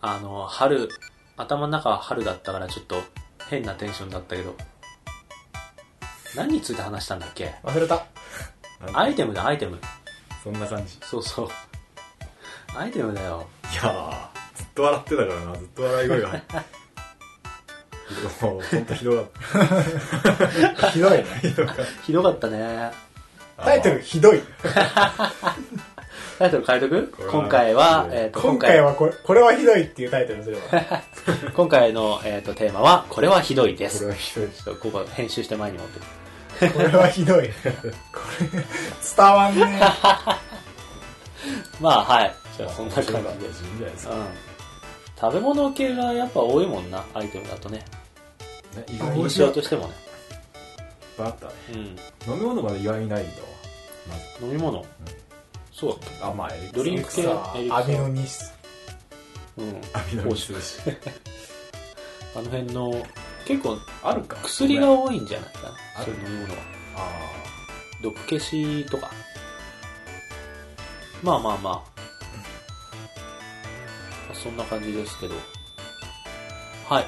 Speaker 1: あの、春、頭の中は春だったからちょっと変なテンションだったけど、何について話したんだっけ
Speaker 3: 忘れた。
Speaker 2: なんか
Speaker 1: アイテムだ、アイテム。
Speaker 2: そんな感じい
Speaker 1: そうそう。アイテムだよ。
Speaker 2: やーずっと笑ってたからなずっと笑い声が もう本当ひどかっ
Speaker 5: ひどい ね。
Speaker 1: ひどかったね。
Speaker 2: た
Speaker 5: タイトルひどい。
Speaker 1: タイトル変えと
Speaker 2: これ
Speaker 1: く
Speaker 2: は
Speaker 1: 今回は、
Speaker 2: ひどい
Speaker 1: えーと
Speaker 5: 今回はこれ、これはひどいっていうタイトルにすれ ば。
Speaker 1: 今回今回の、えー、とテーマは、これはひどいで
Speaker 2: こ
Speaker 1: す
Speaker 2: れ。はひどい
Speaker 1: ちょっとここ編集して前に持ってく
Speaker 5: これはひどい。これ、伝わんね
Speaker 1: まあはい。じゃあそんな感じで。う
Speaker 2: 面白かった
Speaker 1: ん
Speaker 2: ですいいんじゃないですか。
Speaker 1: 食べ物系がやっぱ多いもんな、アイテムだとね。
Speaker 2: ね意外にいっ
Speaker 1: 印象としてもね。
Speaker 2: ぱいあったね
Speaker 1: うん。
Speaker 2: 飲み物まで意外にないんだわまず
Speaker 1: 飲み物、そうだっ
Speaker 2: あまあエリク
Speaker 1: ド
Speaker 2: ソン
Speaker 1: リンク系
Speaker 5: さ
Speaker 1: エリクソ
Speaker 5: ア
Speaker 1: ン
Speaker 5: ミノニス。
Speaker 1: けうん
Speaker 2: アミノリするし
Speaker 1: あの辺の結構
Speaker 2: あるか
Speaker 1: 薬が多いんじゃないかな
Speaker 2: あ
Speaker 1: そう
Speaker 2: る
Speaker 1: いう飲み物は
Speaker 2: あ
Speaker 1: 毒消しとかまあまあまあそんな感じですけどはい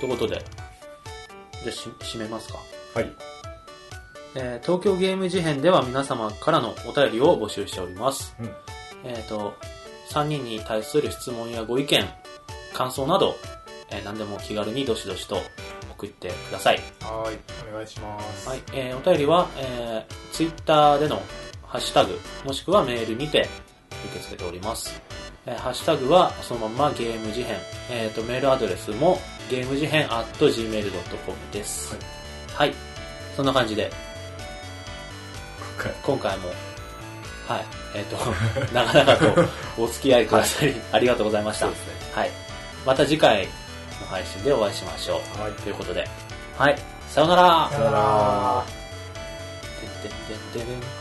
Speaker 1: ということでじゃあし締めますか
Speaker 2: ーはい
Speaker 1: えー東京ゲーム事変では皆様からのお便りを募集しております。
Speaker 2: うん
Speaker 1: えっ、と、3人に対する質問やご意見、感想など、えー何でも気軽にどしどしと送ってください。
Speaker 3: はーい、お願いします。
Speaker 1: はい、えーお便りは、えー、Twitter でのハッシュタグ、もしくはメールにて受け付けております。えーハッシュタグはそのままゲーム事変、えー、とメールアドレスもゲーム事変 at gmail.com です。はい、そんな感じで
Speaker 2: 今回
Speaker 1: 今回も、はい、えっ、と、 長々とお付き合いくださり、ありがとうございました。
Speaker 2: そうですね
Speaker 1: はい。また次回の配信でお会いしましょう。
Speaker 2: はい
Speaker 1: ということで、はい、さようなら
Speaker 5: さよなら。
Speaker 1: てんてんてんてん